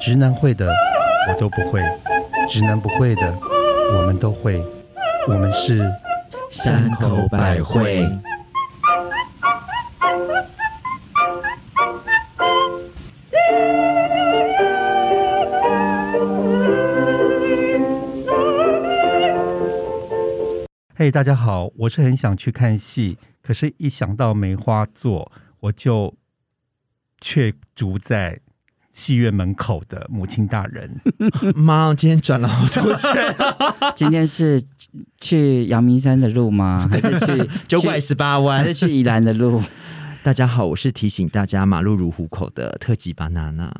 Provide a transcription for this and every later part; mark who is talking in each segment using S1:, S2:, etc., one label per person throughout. S1: 直男会的我都不会，直男不会的我们都会，我们是
S2: 山口百惠。
S1: 嘿、大家好，我是很想去看戏，可是一想到梅花座，我就却住在戏院门口的母亲大 人。
S3: 妈，我今天转了好多圈，
S2: 今天是去阳明山的 路吗？还是去
S3: 九拐
S2: 去
S3: 十八
S2: 还
S3: 弯
S2: 是。去宜兰的路？
S3: 大家好，我是提醒大家马路如虎口的特级巴娜娜。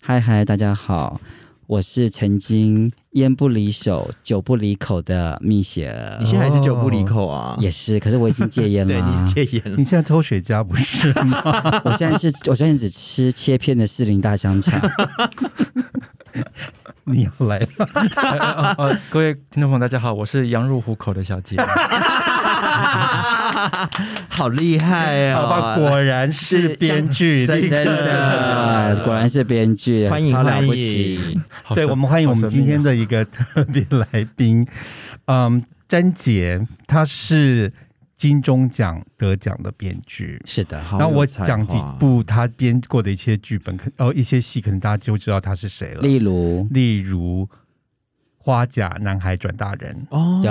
S2: 嗨嗨，大家好，我是曾经烟不离手、酒不离口的蜜雪儿
S3: 你，现在还是九不离口啊？
S2: 也是，可是我已经戒烟 了。
S3: 对，你是戒烟了
S1: 你。现在抽雪茄不 是吗？
S2: 我现在是，我现在只吃切片的士林大香肠。
S1: 你要来了，
S4: 啊啊各位听众朋友，大家好，我是羊入虎口的小 杰。
S3: 好厉害
S1: 好吧？
S3: 哦！
S1: 果然啊是
S3: 是
S1: 编剧，
S3: 真
S1: 立刻
S3: 真的
S2: 呃，果然是编剧，
S3: 欢迎
S2: 超了
S3: 欢
S2: 不起。
S3: 迎，
S4: 好
S1: 对，
S4: 神
S1: 我们欢迎我
S4: 好
S1: 们
S4: 神
S1: 今
S4: 秘
S1: 天
S4: 哦
S1: 的一个特别来 宾，嗯，詹姐，她是金钟奖得奖的编剧。
S2: 是的，
S3: 好
S1: 然后
S3: 有
S1: 我
S3: 才
S1: 讲几
S3: 华
S1: 部她编过的一些剧本，可哦一些戏，可能大家就知道她是谁了。
S2: 例如
S1: 例如《花甲男孩转大人
S3: 哦
S2: 有》，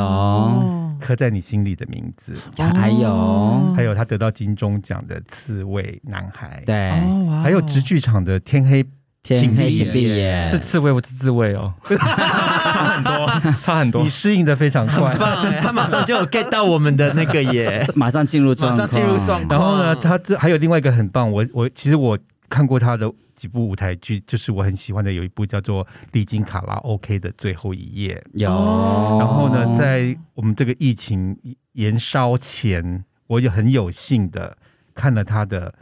S1: 刻在你心里的名字，
S2: 还
S3: 哦
S2: 有
S1: 还有她得到金钟奖的《刺猬男孩》，
S2: 对
S3: 哦，哇哦
S1: 还有直剧场的《天黑
S2: 天黑
S1: 请
S2: 请闭
S1: 闭
S2: 眼，
S4: 是刺猬，我是刺猬 哦，差很多，差很多
S1: 你。适应的非常快
S3: 很。棒哎，他马上就有 get 到我们的那个耶，
S2: 马上进入状
S3: 马
S2: 况，
S3: 上进入状
S1: 然
S3: 况。
S1: 后呢，他这还有另外一个很棒，我我其实我看过他的几部舞台剧，就是我很喜欢的有一部叫做《历经卡拉 OK 的最后一夜
S2: 有。
S3: 哦
S1: 然后呢，在我们这个疫情延烧前，我也很有幸的看了他的《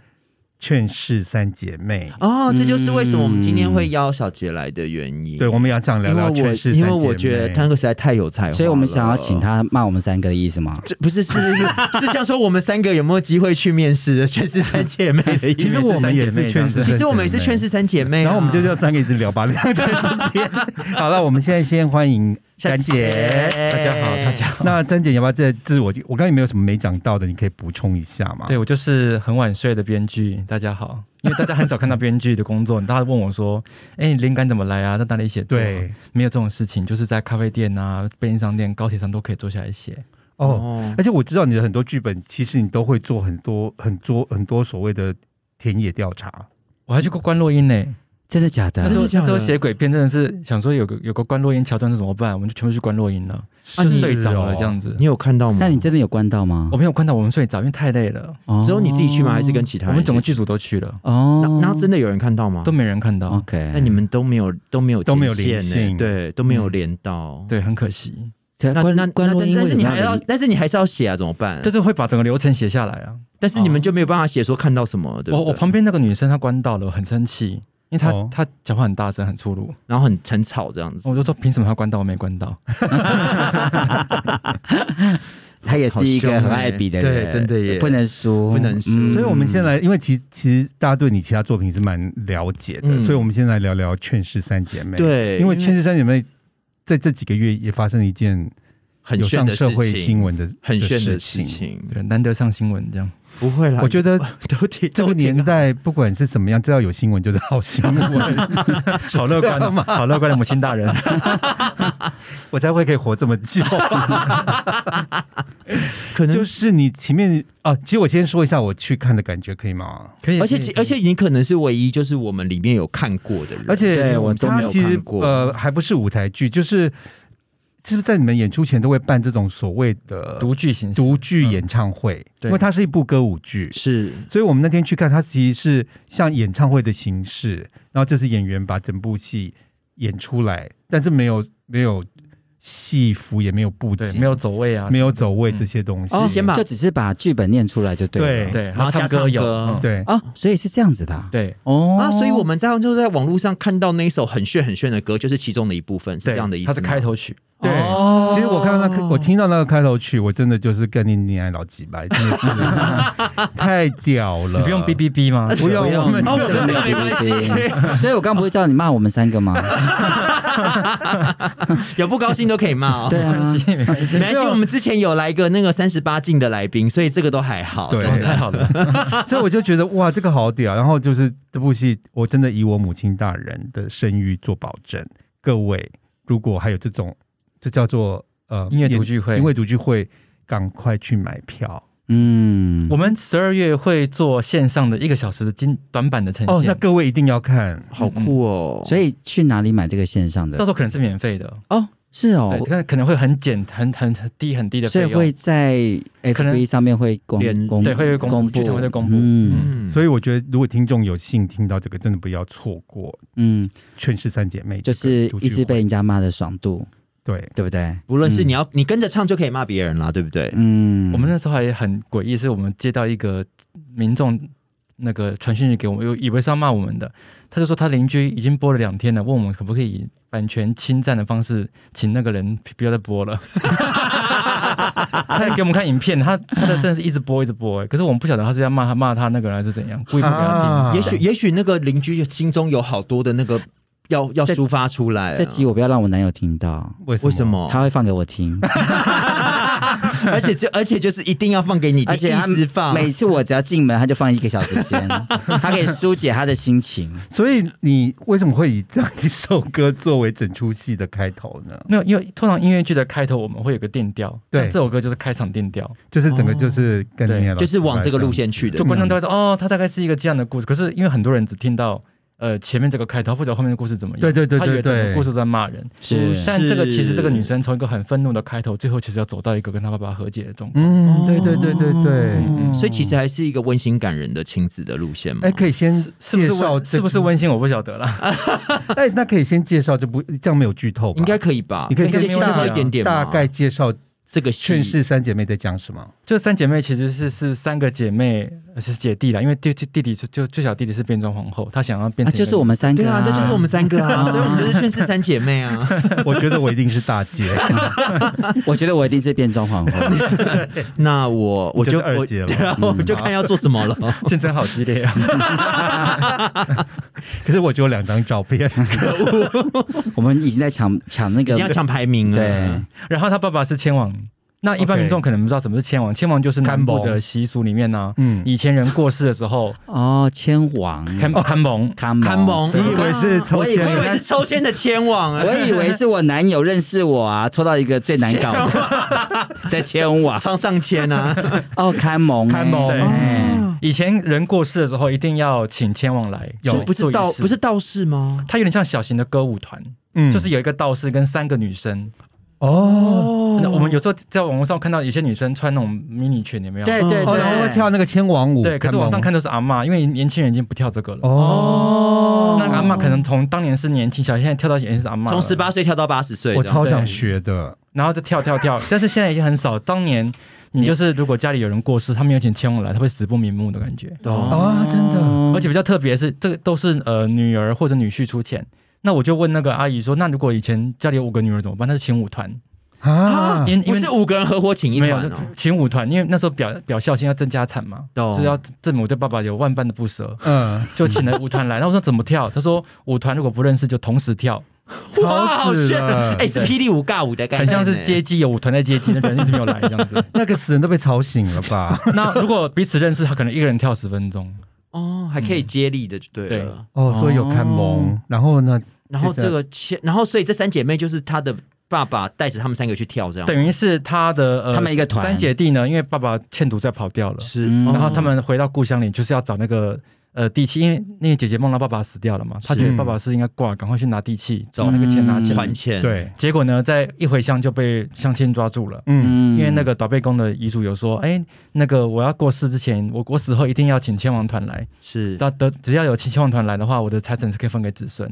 S1: 劝世三姐妹》。
S3: 哦，这就是为什么我们今天
S2: 嗯
S3: 会邀小杰来的原因。
S1: 对，我们也想聊
S3: 因为
S1: 聊《
S3: 我
S1: 劝世三姐
S3: 因
S1: 妹
S3: 为》。我觉得汤哥实在太有才华了，
S2: 所以我们想要请他骂我们三个的意思吗？
S3: 这不是是是是是像说我们三个有没有机会去面试的全是三姐妹的意思？
S1: 其实我们也是劝世，
S3: 其实我们也是全是三姐妹啊、
S1: 然后我们就叫三个一直聊吧，两个在这边。好了，我们现在先欢迎詹姐。
S3: 大
S4: 家好大家
S3: 好。
S1: 那詹姐，你要不要再自我？我刚才有没有什么没讲到的，你可以补充一下嘛？
S4: 对，我就是很晚睡的编剧，大家好。因为大家很少看到编剧的工作，大家问我说：“哎、你灵感怎么来啊？在哪里写作啊？”
S1: 对，
S4: 没有这种事情，就是在咖啡店啊、便利商店、高铁上都可以坐下来写。
S1: 哦。而且我知道你的很多剧本，其实你都会做很多、很多、很多所谓的田野调查。
S4: 我还去过关洛音呢、
S2: 真的假的
S4: 那时？候
S3: 真的假的
S4: 那时候写鬼片真的是想说有个有个关洛音桥段是怎么办，我们就全部去关洛音了，
S1: 啊
S4: 就
S1: 你
S4: 睡着了
S1: 哦
S4: 这样子。
S3: 你有看到吗？
S2: 那你真的有关到吗
S4: 我？没有看到我们睡着，因为太累了。
S2: 哦
S3: 只有你自己去吗？还是跟其他啊
S4: 我
S3: 人？
S4: 们整个剧组都去了，
S2: 哦
S3: 然后，然后真的有人看到吗？
S4: 都没人看
S3: 啊
S4: 到，
S2: OK？
S3: 那你们都没有都没有
S1: 都没有
S3: 连欸
S1: 连线
S3: 对，都没有连到。
S4: 对，很可惜，
S2: 对
S3: 那，
S2: 关
S3: 那
S2: 关
S3: 那
S2: 录音
S3: 但
S2: 为
S3: 是
S2: 什
S3: 你
S2: 么
S3: 还要
S2: 要，
S3: 但是你还是要写啊，怎么办？
S4: 就是会把整个流程写下来啊。
S3: 但是你
S1: 哦
S3: 们就没有办法写说看到什么，对不
S4: 我
S3: 对？
S4: 我旁边那个女生她关到了，我很生气，因为她、
S1: 哦
S4: 她讲话很大声，很粗鲁，
S3: 然后很很吵这样子
S4: 我。就说凭什么她关到我没关到？
S3: 嗯
S2: 他也是一个很爱比的人，
S3: 哎对真的耶
S2: 不能输，
S3: 不能输
S2: 嗯
S1: 所以，我们先来，因为其其实大家对你其他作品是蛮了解的，
S3: 嗯
S1: 所以我们先来聊聊《劝世三姐妹》。，
S3: 对，
S1: 因为《劝世三姐妹》在这几个月也发生了一件
S3: 很
S1: 有
S3: 炫
S1: 上
S3: 的
S1: 社
S3: 事
S1: 会新
S3: 情，
S1: 闻的
S3: 很炫的
S1: 事
S3: 事。情。
S4: 对，难得上新闻这样。
S3: 不会啦，
S1: 我觉得
S3: 都挺
S1: 这个年，代，不管是怎么样，只要有新闻就是啊好新闻，
S4: 好乐 观，好乐观的母亲大 人。
S1: 我才会可以活这么久。
S3: 可 能
S1: 就是你前面啊，其实我先说一下我去看的感觉，可以吗？
S4: 可以，
S3: 而且
S4: 可以
S3: 而且你可能是唯一，就是我们里面有看过的人，
S1: 而且
S2: 对我都没
S1: 它
S2: 有
S1: 其
S2: 看
S1: 实
S2: 过
S1: 呃还不是舞台剧，就是是不是在你们演出前都会办这种所谓的
S4: 独剧形式，
S1: 独剧演唱会？
S4: 对
S1: 因为它是一部歌舞剧，
S3: 是
S1: 所以我们那天去看，它其实是像演唱会的形式，然后就是演员把整部戏演出来，但是没有没有戏服，也没有布
S4: 对，
S1: 景，
S4: 没有走位啊，
S1: 没有走位
S4: 嗯
S1: 这些东西。
S3: 哦先把
S2: 就只是把剧本念出来就对
S1: 对
S2: 了。
S4: 对，
S3: 然后
S4: 唱
S3: 加
S4: 歌
S3: 唱
S4: 有，
S3: 歌
S4: 嗯
S1: 对，
S2: 哦，所以是这样子的啊、
S4: 对，
S2: 哦
S3: 啊，所以我们在就在网络上看到那一首很炫很炫的歌，就是其中的一部分，是
S4: 对
S3: 这样的意思
S4: 它
S3: 吗。
S4: 是开头曲，
S1: 对，
S2: 哦
S1: 其实我看到那个，我听到那个开头曲，我真的就是跟你恋爱老几百，真的 是太屌
S3: 呃
S1: 了。
S4: 你不用哔，哔 哔吗？
S1: 不用
S2: 不用
S1: 我们
S3: 哦我们这个没 关系
S2: 系。 所以我刚不是叫你骂我们三个吗？
S3: 有不高兴都可以骂 哦。
S2: 对啊，
S4: 没 关系，
S3: 没关系，我们之前有来一个那个三十八禁的来宾，所以这个都还哦好。
S1: 对
S3: 这样
S4: 太好了，
S1: 所以我就觉得哇，这个好屌。然后就是这部戏，我真的以我母亲大人的声誉做保证。各位，如果还有这种，这叫做呃
S4: 音乐读聚会
S1: 音乐读聚会，赶快去买票
S2: 嗯，
S4: 我们十二月会做线上的一个小时的精短版的呈
S1: 哦。那
S4: 现，
S1: 各位一定要看，
S3: 好酷哦！
S2: 所以去哪里买这个线上
S4: 到
S2: 的？
S4: 时候可能是免费的，
S2: 哦，是哦
S4: 对，，可可能会很简很很很低很低的
S2: 所
S4: 费
S2: 以
S4: 用
S2: 会，在
S4: 可能
S2: FB 上面会公
S3: 哦连
S2: 公
S4: 对，会公
S2: 公
S4: 布，剧团
S2: 布
S4: 会公布，
S2: 嗯
S4: 嗯，
S3: 嗯
S1: 所以我觉得如果听众有幸听到这个，真的不要错过《
S2: 嗯，
S1: 劝世三姐妹》这
S2: 就是
S1: 个读聚会，
S2: 一直被人家骂的爽度，
S1: 对。
S2: 对不对？
S3: 不论是你
S2: 要
S3: 要
S1: 嗯
S3: 你跟着唱就可以骂别人啦，对不对？
S2: 嗯，
S4: 我们那时候还很诡异，是我们接到一个民众那个传讯息给我们，有以为是要骂我们的，他就说他邻居已经播了两天了，问我们可不可以以版权侵占的方式，请那个人不要再播了。他也给我们看影片，他他的真的是一直播一直播、欸，可是我们不晓得他是要骂他骂他那个人还是怎样，故意不给他听。
S1: 啊
S3: 也许也许那个邻居心中有好多的那个要要
S2: 这
S3: 抒发出来啊。
S2: 这集我不要让我男友听到，
S1: 为
S3: 为什？么？
S2: 他会放给我听，
S3: 而且就而且就是一定要放给你听，
S2: 而且他
S3: 一直放。
S2: 每次我只要进门，他就放一个小时 间，他可以疏解他的心情。
S1: 所以你为什么会以这样一首歌作为整出戏的开头呢？
S4: 没有，因为通常音乐剧的开头我们会有个定调，
S1: 对
S4: 像这首歌就是开场定调，
S1: 就是整个就是跟
S4: 对
S1: 你老师
S3: 就是往这个路线去的
S4: 就观众都会说
S1: 嗯
S4: 哦，它大概是一个这样的故事。可是因为很多人只听到呃前面这个开头，不知道后面的故事怎么样，
S1: 对对对对
S4: 他以为整
S1: 对
S4: 个故事都在骂人。
S2: 是
S4: 但这个其实这个女
S3: 是
S4: 生从一个很愤怒的开头，最后其实要走到一个跟她爸爸和解的状态。
S1: 嗯，对对对对对。
S2: 哦
S4: 嗯
S3: 所以其实还是一个温馨感人的亲子的路线嘛。
S1: 哎，可以先
S4: 是不
S1: 介
S4: 是
S1: 绍
S4: 温
S1: 这
S4: 是不是？温馨？我不晓得啦。
S1: 哎，那可以先介绍这部，这样没有剧透吧？
S3: 应该可以吧？
S1: 你可以
S3: 先
S1: 先
S3: 介绍一点点嘛
S1: 大概介绍《
S3: 这个
S1: 劝
S3: 戏
S1: 世三姐妹》在讲什么。
S4: 这三姐妹其实是是三个姐妹，呃是姐弟啦，因为弟弟弟弟就就最小弟弟是变装皇后，她想要变
S2: 啊，
S4: 成一个
S2: 就是我们三
S3: 对
S2: 个
S3: 啊，这就是我们三个啊，所以我们就是劝世三姐妹啊。
S1: 我觉得我一定是大姐，
S2: 我觉得我一定是变装皇后。
S3: 那我我
S1: 你就是
S3: 就
S1: 二
S3: 我
S1: 姐了
S3: 对啊，我就看要做什么了。
S4: 竞争好激 烈啊！
S1: 可是我只有两张照片。
S2: 我们已经在抢抢那
S3: 已
S2: 个
S3: 经要抢排名了。啊
S2: 对，
S4: 然后她爸爸是千王，那一般
S1: OK
S4: 民众可能不知道什么是千王，千王就是南部
S1: 看
S4: 的
S1: 蒙
S4: 习俗里面呢、
S1: 嗯，
S4: 以前人过世的时候，
S2: 哦，千王
S4: 看看蒙，
S2: 看蒙
S3: 看蒙，
S1: 你以为是抽
S3: 我以
S1: 签
S3: 我以为是抽签的签网 啊。
S2: 我以为是我男友认识我啊，抽到一个最难搞的 的千王
S3: 唱上签啊，
S2: 哦，看蒙
S1: 看蒙
S2: 哎
S4: 对
S2: 哎
S4: 以前人过世的时候一定要请千王来，
S3: 是
S4: 有
S3: 不是道不是，道士吗？
S4: 它有点像小型的歌舞团，
S1: 嗯
S4: 就是有一个道士跟三个女生。
S1: 哦，
S3: 哦
S4: 那我们有时候在网络上看到有些女生穿那种迷你裙，有没有？
S2: 对对
S1: 哦，然后会
S2: 对，
S1: 跳那个千王舞。
S4: 对，可是网上
S1: 哦看
S4: 看都是阿嬷，因为年轻人已经不跳这个了。
S1: 蒙哦，
S3: 哦
S4: 那个阿嬷可能从当年是年轻小，现在跳到已经是阿嬷了，
S3: 从十八岁跳到八十岁
S1: 我
S3: 这样，
S1: 超想学的。
S4: 然后就跳跳 跳，但是现在已经很少。当年你就是如果家里有人过世，他没有请千王来，他会死不瞑目的感觉。
S3: 懂
S1: 哦，真的。
S2: 嗯
S4: 而且比较特别是，这个都是呃女儿或者女婿出钱。那我就问那个阿姨说，那如果以前家里有五个女儿怎么办？那就请舞团，
S1: 啊，
S4: 因因
S3: 不
S4: 为
S3: 是五个人合伙请一
S4: 没有
S3: 团哦，
S4: 请舞团，因为那时候表表孝心要争家产嘛，
S3: 懂
S4: 就是要证明我对爸爸有万般的不舍，
S1: 嗯，
S4: 就请了舞团来。然后我说怎么跳？他说舞团如果不认识就同时跳，
S3: 哇，好
S1: 吵死
S3: 炫！
S1: 了
S3: 哎，是霹雳舞尬舞的感
S4: 很
S3: 觉，
S4: 像是接机有舞团在接机，那人一直没有来这样子。
S1: 那个死人都被吵醒了吧？
S4: 那如果彼此认识，他可能一个人跳十分钟。
S3: 哦，还可以接力的，就对了。
S1: 哦，所以有看蒙，然后呢？
S3: 然后这个签，然后所以这三姐妹就是她的爸爸带着她们三个去跳，这样
S4: 等于是他的呃，
S2: 他们一个团
S4: 三姐弟呢，因为爸爸欠赌债跑掉了，
S3: 是
S2: 嗯
S4: 然后他们回到故乡里，就是要找那个呃地契，因为那个姐姐梦到爸爸死掉了嘛，她
S3: 是嗯
S4: 觉得爸爸是应该挂，赶快去拿地契，
S3: 找
S4: 找那个嗯钱拿起来。
S3: 还钱，，
S1: 对，
S4: 结果呢，在一回乡就被乡亲抓住了。
S1: 嗯，
S2: 嗯
S4: 因为那个倒背公的遗嘱有说，哎，那个我要过世之前，我我死后一定要请千王团来，
S3: 是
S4: 到得只要有请千王团来的话，我的财产是可以分给子孙。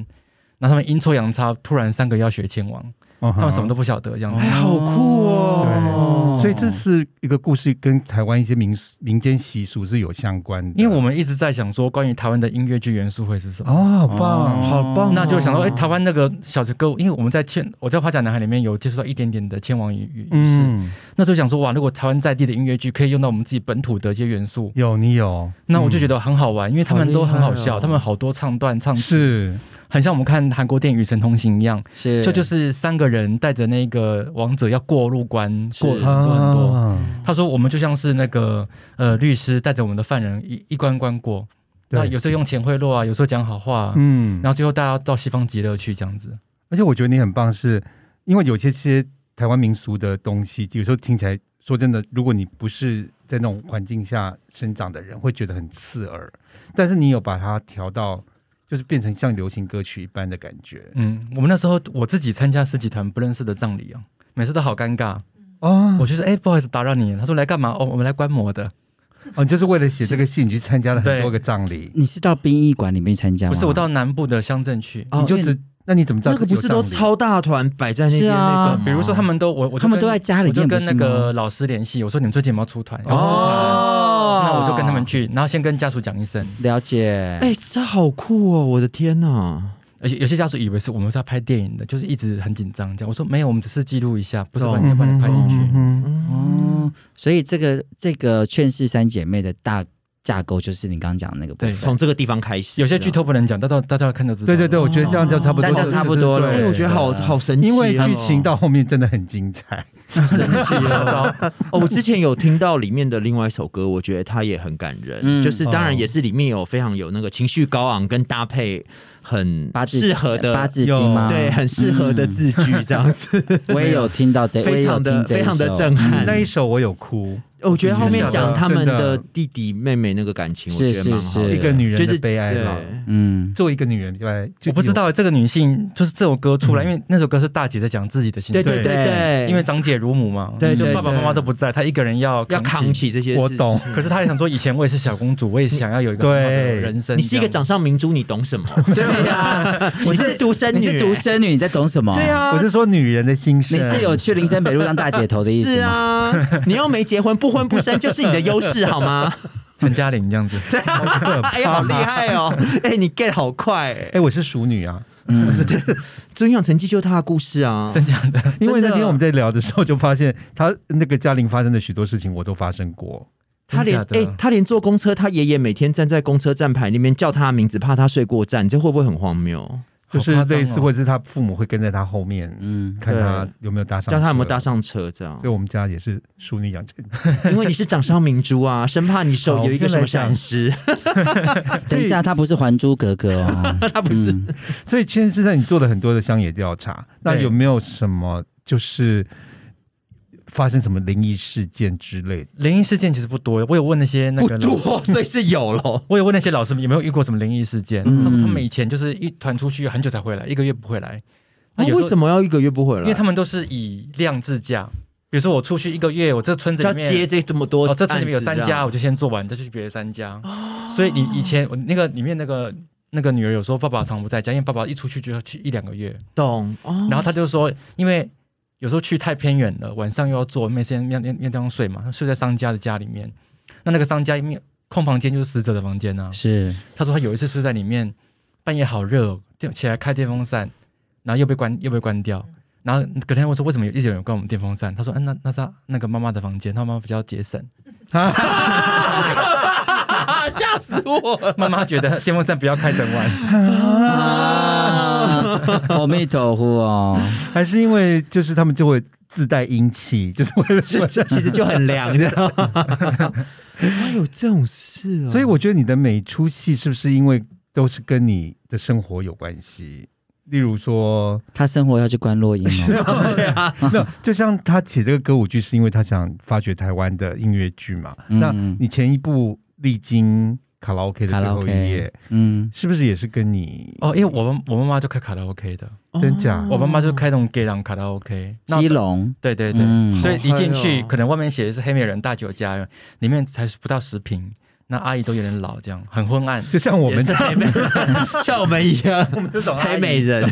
S4: 那他们阴错阳差，突然三个要学千王，
S1: 嗯哼
S4: 他们什么都不晓得这样子。
S3: 哎，好酷哦！
S1: 对所以这是一个故事，跟台湾一些民俗民间习俗是有相关的。
S4: 因为我们一直在想说，关于台湾的音乐剧元素会是什么？
S1: 哦，好棒，
S2: 哦
S1: 好
S3: 好棒哦！
S4: 那就想到，哎、台湾那个小歌舞，因为我们在《千》，我在《花甲男孩》里面有接触到一点点的千王与与与是，
S1: 嗯，
S4: 那时候想说，哇，如果台湾在地的音乐剧可以用到我们自己本土的一些元素，
S1: 有你有，嗯
S4: 那我就觉
S1: 得
S4: 得很好玩，因为他们都很好笑，
S3: 好厉害哦
S4: 他们好多唱段唱词，
S1: 是
S4: 很像我们看韩国电影《与神同行》一样，
S2: 是
S4: 这就是三个人带着那个王者要过入关，
S2: 是
S4: 过很多很多。
S1: 啊
S4: 他说我们就像是那个呃律师带着我们的犯人一一关关过，那有时候用钱贿赂啊，有时候讲好话、啊，
S1: 嗯，
S4: 然后最后大家到西方极乐去这样子。
S1: 而且我觉得你很棒是，因为有些些台湾民俗的东西，有时候听起来说真的，如果你不是在那种环境下生长的人，会觉得很刺耳。但是你有把它调到，就是变成像流行歌曲一般的感觉
S4: 嗯，我们那时候我自己参加十几团不认识的葬礼啊，每次都好尴尬。
S1: 哦
S4: 我就是哎、不好意思打扰你。他说来干嘛？哦，我们来观摩的。
S1: 哦，你就是为了写这个戏，你去参加了很
S4: 对
S1: 多个葬礼，
S2: 你是到殡仪馆里面参加吗？
S4: 不是，我到南部的乡镇去。
S2: 哦
S1: 你就
S2: 因为
S1: 只那你怎么知道
S3: 那个不是都
S1: 有葬礼
S3: 超大团摆在那
S2: 是
S3: 边
S2: 啊
S3: 那种吗？
S4: 比如说他们都我我就
S2: 他们
S4: 跟
S2: 都在家里
S4: 我就
S2: 面不啊
S4: 跟
S2: 是
S4: 那
S2: 吗
S4: 个老师联系，我说你们最近有没有出团？哦，
S3: 哦
S4: 那我就跟他们。去，然后先跟家属讲一声。
S2: 了解，
S3: 哎，这好酷哦！我的天呐，
S4: 而且有些家属以为是我们是要拍电影的，就是一直很紧张这样。我说没有，我们只是记录一下，不是
S3: 懂
S4: 把
S1: 嗯
S4: 你
S1: 哼
S4: 把你拍进去。
S1: 嗯哼
S2: 哦，所以这个这个劝世三姐妹的大架构就是你刚刚讲的那个部
S4: 对
S2: 分，
S3: 从这个地方开始，
S4: 有些剧透不能讲，大家大家看就知道。
S1: 对对对，，我觉得这样就差不多，
S2: 这样就差不多了
S3: 哎，我觉
S1: 啊
S3: 得好
S2: 对
S3: 好神奇哦，
S1: 因为剧情到后面真的很精彩，
S3: 好神奇哦。哦，我之前有听到里面的另外一首歌，我觉得它也很感人，
S2: 嗯
S3: 就是当
S1: 哦
S3: 然也是里面有非常有那个情绪高昂跟搭配很
S2: 八字
S3: 适合的
S2: 八字嗯经吗？
S3: 对，很适合的字句这样子，
S2: 我也有听到这，我也
S3: 非
S2: 有
S3: 常的
S2: 听这一
S3: 非常的
S2: 首
S3: 震
S1: 嗯
S3: 撼。
S1: 那一首我有哭，
S3: 哦我觉得后面讲他们
S1: 真的
S3: 的弟弟妹妹那个感情，我
S2: 是
S3: 觉得蛮好
S2: 是
S3: 的
S2: 是
S1: 一个女人
S3: 就
S1: 的
S3: 是
S1: 悲哀嘛。
S3: 对
S2: 嗯，
S1: 做一个女人，对吧，
S4: 我不知道这个女性就是这首歌出来，因为那首歌是大姐在讲自己的心
S3: 对
S4: 声，
S3: 对对对，
S4: 因为长姐如母嘛，嗯
S3: 对
S4: 就
S3: 对
S4: 爸爸妈妈都不在，她一个人要
S3: 要扛
S4: 起。
S3: 起这些事。
S1: 我懂，
S4: 可是她也想说，以前我也是小公主，我也想要有一个很好的
S1: 对
S4: 人生。
S3: 你是一个
S4: 这样
S3: 掌上明珠，你懂什么？
S2: 对呀，
S3: 你是独生
S2: 你
S3: 女，
S2: 是独生女，你在懂什么？
S3: 对，啊
S1: 我，是说女人的心声。
S2: 你是有去林森北路当大姐头的意思
S3: 是
S2: 吗？
S3: 啊，你又没结婚，不婚不生就是你的优势，好吗？
S4: 陈嘉玲这样子，
S3: 哎，好厉害哦！哎，你 get 好快哎！
S1: 哎，我是熟女啊，
S2: 嗯，
S3: 尊养成绩就是他的故事啊，
S4: 真假的？
S1: 因为
S3: 真的
S1: 那天我们在聊的时候，就发现她那个嘉玲发生的许多事情，我都发生过。
S3: 他连
S4: 真假
S3: 哎
S4: 的，
S3: 他连坐公车，他爷爷每天站在公车站牌那边叫他的名字，怕他睡过站，这会不会很荒谬？
S1: 就是类似，或
S4: 会
S1: 者是她父母会跟在她后面，
S2: 嗯，
S1: 看她有没有搭上，
S3: 叫他有没有搭。上车这
S2: 哦
S3: 样
S1: 所？以我们家也是淑女养成，
S3: 因为你是掌上明珠啊， 生怕你手有一个什么闪失。
S2: 等一下，她不是《还珠格格》 哦，
S3: 他不是
S2: 嗯
S1: 所以现在你做了很多的乡野调查，那
S4: 对
S1: 有没有什么就是发生什么灵异事件之类的？
S4: 灵异事件其实不多，我有问那些那
S3: 不
S4: 个老
S3: 多，所以是有咯。
S4: 我也问那些老师们有没有遇过什么灵异事件，
S2: 嗯
S4: 他们他们以前就是一团出去很久才回来，一个月不回来。那
S3: 那
S4: 有时候
S3: 为什么要一个月不回来？
S4: 因为他们都是以量制价，比如说我出去一个月，我这村子
S3: 要
S4: 里
S3: 接
S4: 面。
S3: 这这么多
S4: 哦，
S3: 案子
S4: 这
S3: 这
S4: 村
S3: 样，
S4: 里面有三家，我就先做完，再去别的三家。所以你以前我那个里面那个那个女儿有说爸爸常不在家，因为爸爸一出去就要去一两个月，
S3: 懂哦。
S4: 然后她就说，因为有时候去太偏远了，晚上又要做，没时间没没没地方睡嘛，睡在商家的家里面。那那个商家因为空房间就是死者的房间啊，
S2: 是
S4: 他说他有一次睡在里面，半夜好热哦，电起来开电风扇，然后又被关又被关掉。然后隔天我说为什么有一直有人关我们电风扇？他说嗯、那那是他那个妈妈的房间，他妈妈比较节 省，
S3: 啊，吓死我了！
S4: 妈妈觉得电风扇不要开整晚。
S2: 啊，阿弥陀佛哦，
S1: 还是因为就是他们就会自带阴气， 就是为了
S3: 这这 其实就很凉，你知道 吗？哎有这种事哦。
S1: 所以我觉得你的每出戏是不是因为都是跟你的生活有关系？例如说，
S2: 她生活要去关落音 哦，
S3: 啊
S1: 那 就像他写这个歌舞剧，是因为他想发掘台湾的音乐剧嘛？
S2: 嗯
S1: 那你前一部历经卡拉 OK 的
S2: 卡
S1: 最
S2: 拉
S1: 后一页
S2: OK，，嗯，
S1: 是不是也是跟你？
S4: 哦，因为我妈我妈妈就开卡拉 OK 的，
S3: 哦
S1: 真假
S4: 我妈妈就开那种 gay 郎卡拉 OK。那
S2: 基 隆，
S4: 对对对，
S2: 嗯
S4: 所以一进
S3: 好
S4: 去、
S3: 嗨哦
S4: 可能外面写的是黑美人大酒家，里面才不到十平，那阿姨都有点老，这样很昏暗。
S1: 就像我
S3: 我
S1: 们
S3: 们
S1: 这
S3: 是
S1: 样
S3: 黑 美人，像我们一样，
S1: 这种阿姨
S3: 黑美人。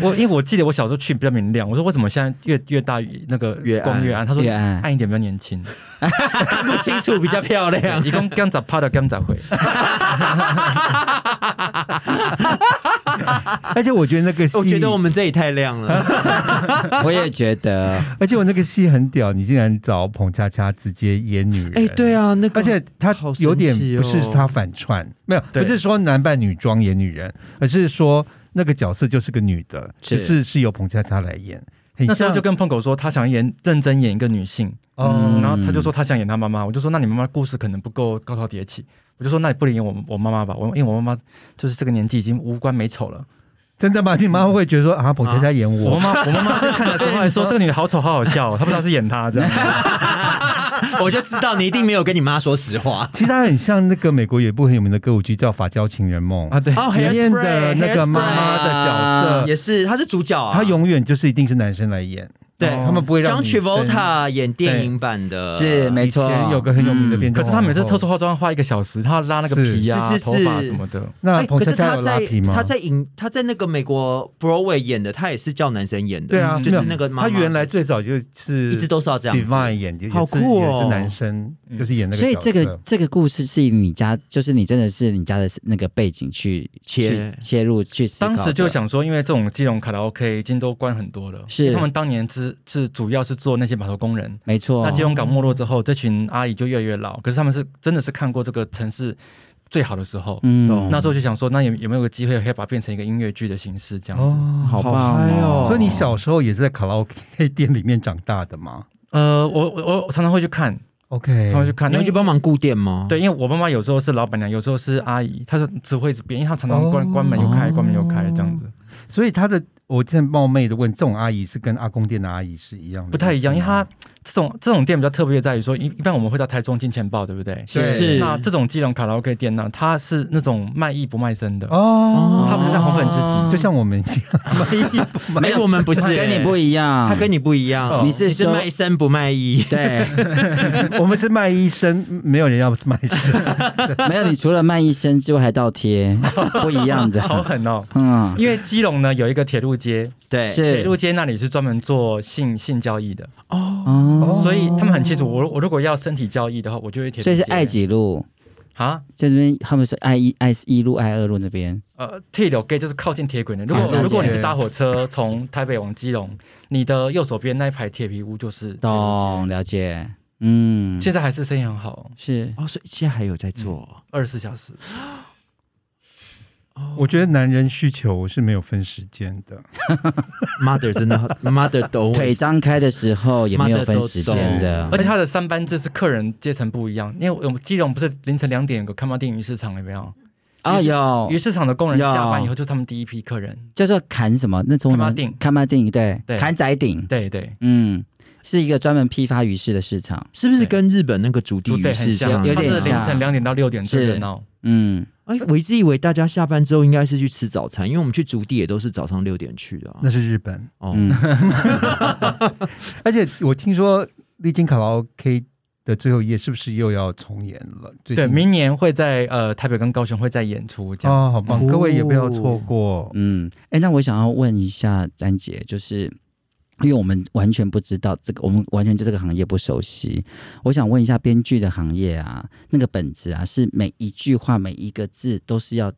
S4: 我因为我记得我小时候去比较明亮，我说为什么现在越越大越那个
S3: 越
S4: 光
S3: 暗
S4: 越暗？他说
S2: 越暗
S4: 暗一点比较年 轻，
S3: 看不清楚比较漂 亮。
S4: 一共刚咋趴的 刚咋回，
S1: 而且我觉得那个戏，
S3: 我觉得我们这里太亮 了，
S2: 我也觉得，
S1: 而且我那个戏很屌，你竟然找彭恰恰直接演女人，
S3: 哎，对啊，那个
S1: 而且他
S3: 好神
S1: 有点
S3: 奇哦
S1: 不是他反串，没有
S4: 对
S1: 不是说男扮女装演女人，而是说那个角色就是个女的，
S2: 是
S1: 只是是由彭恰恰来演。很
S4: 那时候
S1: 像
S4: 就跟碰狗说他想演认真演一个女性，嗯
S1: 哦
S4: 然后
S3: 嗯
S4: 他就说他想演他妈妈，我就说那你妈妈故事可能不够高潮迭起，我就说那你不能演我我妈妈吧，我因为我妈妈就是这个年纪已经无关美丑了，
S1: 真的吗？你妈会觉得说啊，彭恰恰演
S4: 我
S1: 我，
S4: 妈妈我妈妈就看的时候 还说这个女的好丑好好笑哦，她不知道是演她这样。
S3: 我就知道你一定没有跟你妈说 实话。
S1: 其实她很像那个美国有一部很有名的歌舞剧叫《法娇情人梦》
S4: 啊，对，
S3: 哦
S1: 里面的那个妈妈的角色，
S3: 啊也是，他是主角啊，
S1: 她永远就是一定是男生来演，哦
S3: 对
S1: 他们不会让
S3: John
S1: 女生
S3: Travolta 演电影版的，
S2: 是没
S1: 以
S2: 错
S1: 前有个很有名的变
S4: 可
S1: 装
S4: 是
S1: 皇后，
S4: 她每次特
S3: 哎
S4: 殊化妆花一个小时，她要拉那个皮呀、
S3: 哦是是
S4: 头
S3: 是
S4: 发什么的。
S1: 那
S3: 哎，
S1: 彭
S3: 可
S1: 恰
S3: 是
S1: 恰
S3: 他
S1: 有拉
S3: 在
S1: 皮吗？
S3: 他在影他在那个美国 Broadway 演的，他也是叫男生演的，
S1: 对啊，
S3: 嗯就是
S1: 没有
S3: 那个妈妈
S1: 他原来最早就是
S3: 一直都是要这样子
S1: Divine 演的，也是
S3: 好酷哦
S1: 也是男生，
S4: 嗯
S1: 就是演那个
S2: 所
S1: 角
S2: 以
S1: 色。
S2: 这个这个故事是以你家，就是你真的是你家的那个背景去
S3: 切
S2: 去切入去思考的。
S4: 当时就想说，因为这种基隆卡拉 OK 已经都关很多了，
S2: 是
S4: 因为他们当年是是主要是做那些码头工人。
S2: 没错，
S4: 那基隆港没落之后，这群阿姨就越来越老，可是他们是真的是看过这个城市最好的时候。
S2: 嗯
S3: 懂
S4: 那时候就想说，那有有没有个机会可以把它变成一个音乐剧的形式这样子？
S1: 哦，
S2: 好
S3: 好
S2: 棒
S3: 嗨哦
S1: 所以你小时候也是在卡拉 OK 店里面长大的吗
S4: 呃，我我我我常常会去看，
S1: ？OK，
S4: 常常会去看，
S3: 你
S4: 因
S3: 会
S4: 为
S3: 去帮忙顾店吗？
S4: 对，因为我妈妈有时候是老板娘，有时候是阿姨，她是只会一直变，因为她常常关、
S1: 哦
S4: 关门又开，关门又开这样子。
S1: 所以他的我之前冒昧的问，这种阿姨是跟阿公店的阿姨是一样的，
S4: 不太一样，因为它这种这种店比较特别在于说，一一般我们会到台中金钱豹，对不对？
S1: 对
S3: 是
S4: 那这种基隆卡拉 OK 店呢，它是那种卖艺不卖身的，
S1: 哦，
S4: 他们就像红粉知己
S1: 就像我们一样，卖艺不卖
S3: 没哎有，我们不是，
S2: 跟你不一样，
S3: 他跟你不一样，
S1: 哦
S2: 你是
S3: 你是
S2: 说，
S3: 卖身不卖艺
S2: 对，
S1: 我们是卖医生，没有人要卖身。
S2: 没有你除了卖医生之外还倒 贴，不一样
S4: 好
S2: 的，
S4: 狠哦！
S2: 嗯，
S4: 因为基隆呢有一个铁路街，
S3: 对，
S2: 是
S4: 铁路街那里是专门做性性交易的，
S2: 哦，
S1: 哦
S4: 所以他们很清楚，我我如果要身体交易的话，我就会铁路街。
S2: 所以是爱几路，
S4: 啊？
S2: 在这边他们是爱一爱一路爱二路那边，
S4: 呃，铁路街就是靠近铁轨的。如
S2: 啊了
S4: 果
S2: 解
S4: 如果你是搭火车从台北往基隆，你的右手边那一排铁皮屋就是铁路
S2: 懂
S4: 街。
S2: 了解，嗯，
S4: 现在还是生意很好，
S2: 是
S3: 哦，所以现在还有在做，
S4: 二十四小时。哦
S1: 我觉得男人需求是没有分时间的，
S3: Mother 真的很 Mother 都
S2: 腿张开的时候也没有分时间
S4: 而
S2: 的，哦
S4: 且他的三班制是客人阶层不一样，因为我们基隆不是凌晨两点有个看猫电影鱼市场有没有？
S2: 啊
S4: 鱼
S2: 有
S4: 市场的工人
S2: 有
S4: 下班以后就是他们第一批客人。
S2: 叫做砍什么？那中
S4: 看妈
S2: 文
S4: 定
S2: 看妈定对，
S4: 对
S2: 砍仔顶，
S4: 对对，
S2: 嗯，是一个专门批发鱼市的市场，
S3: 是不是跟日本那个竹地
S4: 就对
S3: 鱼
S4: 很
S3: 市这样
S4: 像，
S3: 子？
S2: 有点
S4: 它是凌晨
S2: 像
S4: 两点到六点哦最
S2: 是
S4: 热闹。
S2: 嗯，
S3: 哎，我一直以为大家下班之后应该是去吃早餐，因为我们去竹地也都是早上六点去的啊、
S1: 那是日本。
S3: 哦，
S2: 嗯，
S1: 而且我听说丽晶卡拉 OK 的最后一夜是不是又要重演了？最近
S4: 对，明年会在呃台北跟高雄会在演出这样。
S1: 哦，好棒，
S3: 哦
S1: 各位也不要错过。
S2: 嗯，哎，那我想要问一下詹姐，就是因为我们完全不知道这个，我们完全对这个行业不熟悉。我想问一下，编剧的行业啊，那个本质啊，是每一句话、每一个字都是要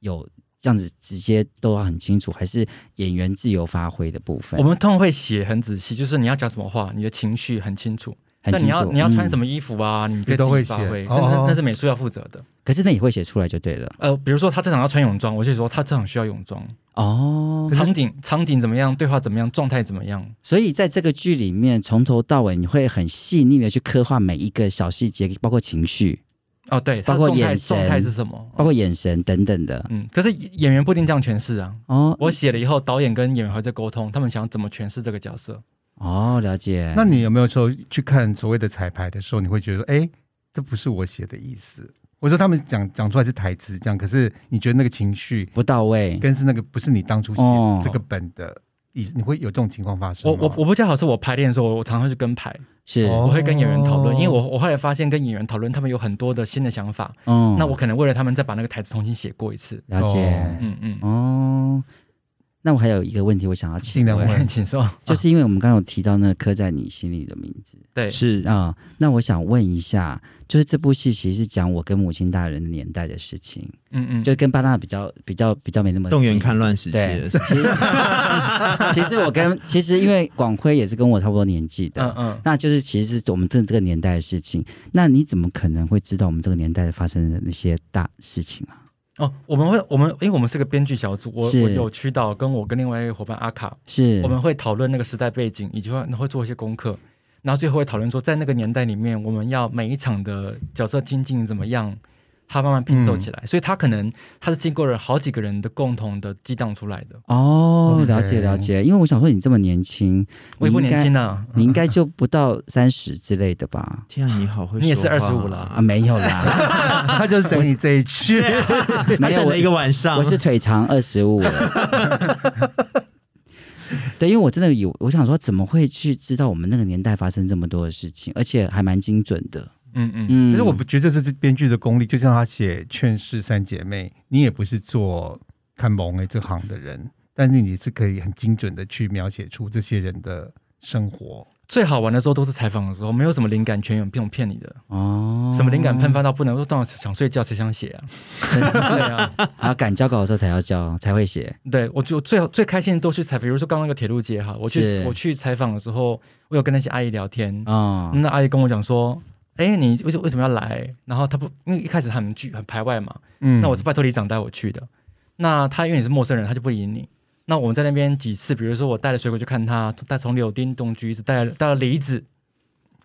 S2: 有这样子直接都要很清楚，还是演员自由发挥的部分？
S4: 我们通常会写很仔细，就是你要讲什么话，你的情绪很清楚。
S2: 很
S4: 但
S2: 清楚嗯
S4: 你要你要穿什
S2: 么、
S4: 么衣服啊，你可以
S1: 你都
S4: 自
S1: 会
S4: 己发挥，
S1: 写
S4: 真的
S1: 哦
S4: 那是美术要负责的。
S2: 可是那也会写出来就对了。
S4: 呃，比如说他这场要穿泳装，我就说他这场需要泳装。
S2: 哦，
S4: 场景场景怎么样，对话怎么样，状态怎么样，
S2: 所以在这个剧里面，从头到尾你会很细腻的去刻画每一个小细节，包括情绪、
S4: 哦，对，他
S2: 包括
S4: 状态
S2: 眼神
S4: 状态是什么？
S2: 包括眼神等等的。
S4: 嗯，可是演员不一定这样诠释啊。
S2: 哦
S4: 我写了以后，导演跟演员还在沟通，他们想怎么诠释这个角色。
S2: 哦，了解。
S1: 那你有没有时候去看所谓的彩排的时候，你会觉得，哎，这不是我写的意思？我说他们讲讲出来是台词这样，可是你觉得那个情绪
S2: 不到位，
S1: 跟是那个不是你当初写
S2: 哦
S1: 这个本的意思，你会有这种情况发生
S4: 我
S1: 吗？
S4: 我我不较好是我排练的时候，我我常常去跟排，
S2: 是，
S1: 哦
S4: 我会跟演员讨论，因为我我后来发现跟演员讨论，他们有很多的新的想法，
S2: 嗯
S1: 哦
S2: 哦
S4: 那我可能为了他们再把那个台词重新写过一次。
S2: 了解，
S4: 嗯嗯，
S2: 哦。那我还有一个问题，我想要请
S1: 尽量
S2: 问，
S1: 问
S4: 请说，
S2: 就是因为我们刚刚有提到那个刻在你心里的名字
S4: 对，
S3: 是
S2: 啊、那我想问一下，就是这部戏其实是讲我跟母亲大人的年代的事情，
S4: 嗯嗯，
S2: 就跟巴纳比较比较比较没那么
S3: 动员
S2: 近
S3: 看乱时期
S2: 对
S3: 的时候，
S2: 其实其实 我跟其实因为广辉也是跟我差不多年纪的，
S4: 嗯嗯，
S2: 那就是其实是我们这这个年代的事情。那你怎么可能会知道我们这个年代发生的那些大事情啊？
S4: 哦，我们会，我们因为我们是个编剧小组，我
S2: 是
S4: 我有去到跟我跟另外一个伙伴阿卡，
S2: 是
S4: 我们会讨论那个时代背景，以及会会做一些功课，然后最后会讨论说，在那个年代里面，我们要每一场的角色精进怎么样，他慢慢拼凑起来，
S2: 嗯
S4: 所以他可能他是经过了好几个人的共同的激荡出来的。
S2: 哦，
S1: OK
S2: 了解了解。因为我想说，你这么年轻，
S4: 我也不年轻
S2: 了，
S4: 了、啊，
S2: 你应该就不到三十之类 的吧？
S3: 天啊，你好会，
S4: 你也是25了
S2: 啊，没有啦，
S1: 他就是等你这一句，
S3: 没
S2: 没有
S3: 有
S2: 我
S3: 了一个晚上，
S2: 我是腿长二十五了。对，因为我真的有，我想说，怎么会去知道我们那个年代发生这么多的事情，而且还蛮精准的。
S4: 嗯嗯，
S2: 嗯，
S1: 可是我不觉得这是编剧的功力，就像他写《劝世三姐妹》，你也不是做看萌欸诶这行的人，但是你是可以很精准的去描写出这些人的生活。
S4: 最好玩的时候都是采访的时候，没有什么灵感泉涌，不用骗你的，
S2: 哦，
S4: 什么灵感喷发到不能，我当时想睡觉，谁想写 啊？对啊，
S2: 还要赶交稿的时候才要交，才会写。
S4: 对我就最最开心的都去采，比如说刚刚那个铁路街哈，我去
S2: 是
S4: 我去采访的时候，我有跟那些阿姨聊天，
S2: 哦，
S4: 那阿姨跟我讲说。哎，你为什为什么要来？然后她不，因为一开始他们拒很排外嘛。
S1: 嗯
S4: 那我是拜托里长带我去的。那他因为你是陌生人，他就不理你。那我们在那边几次，比如说我带了水果去看他，带从柳丁、冬橘子带了带了梨子，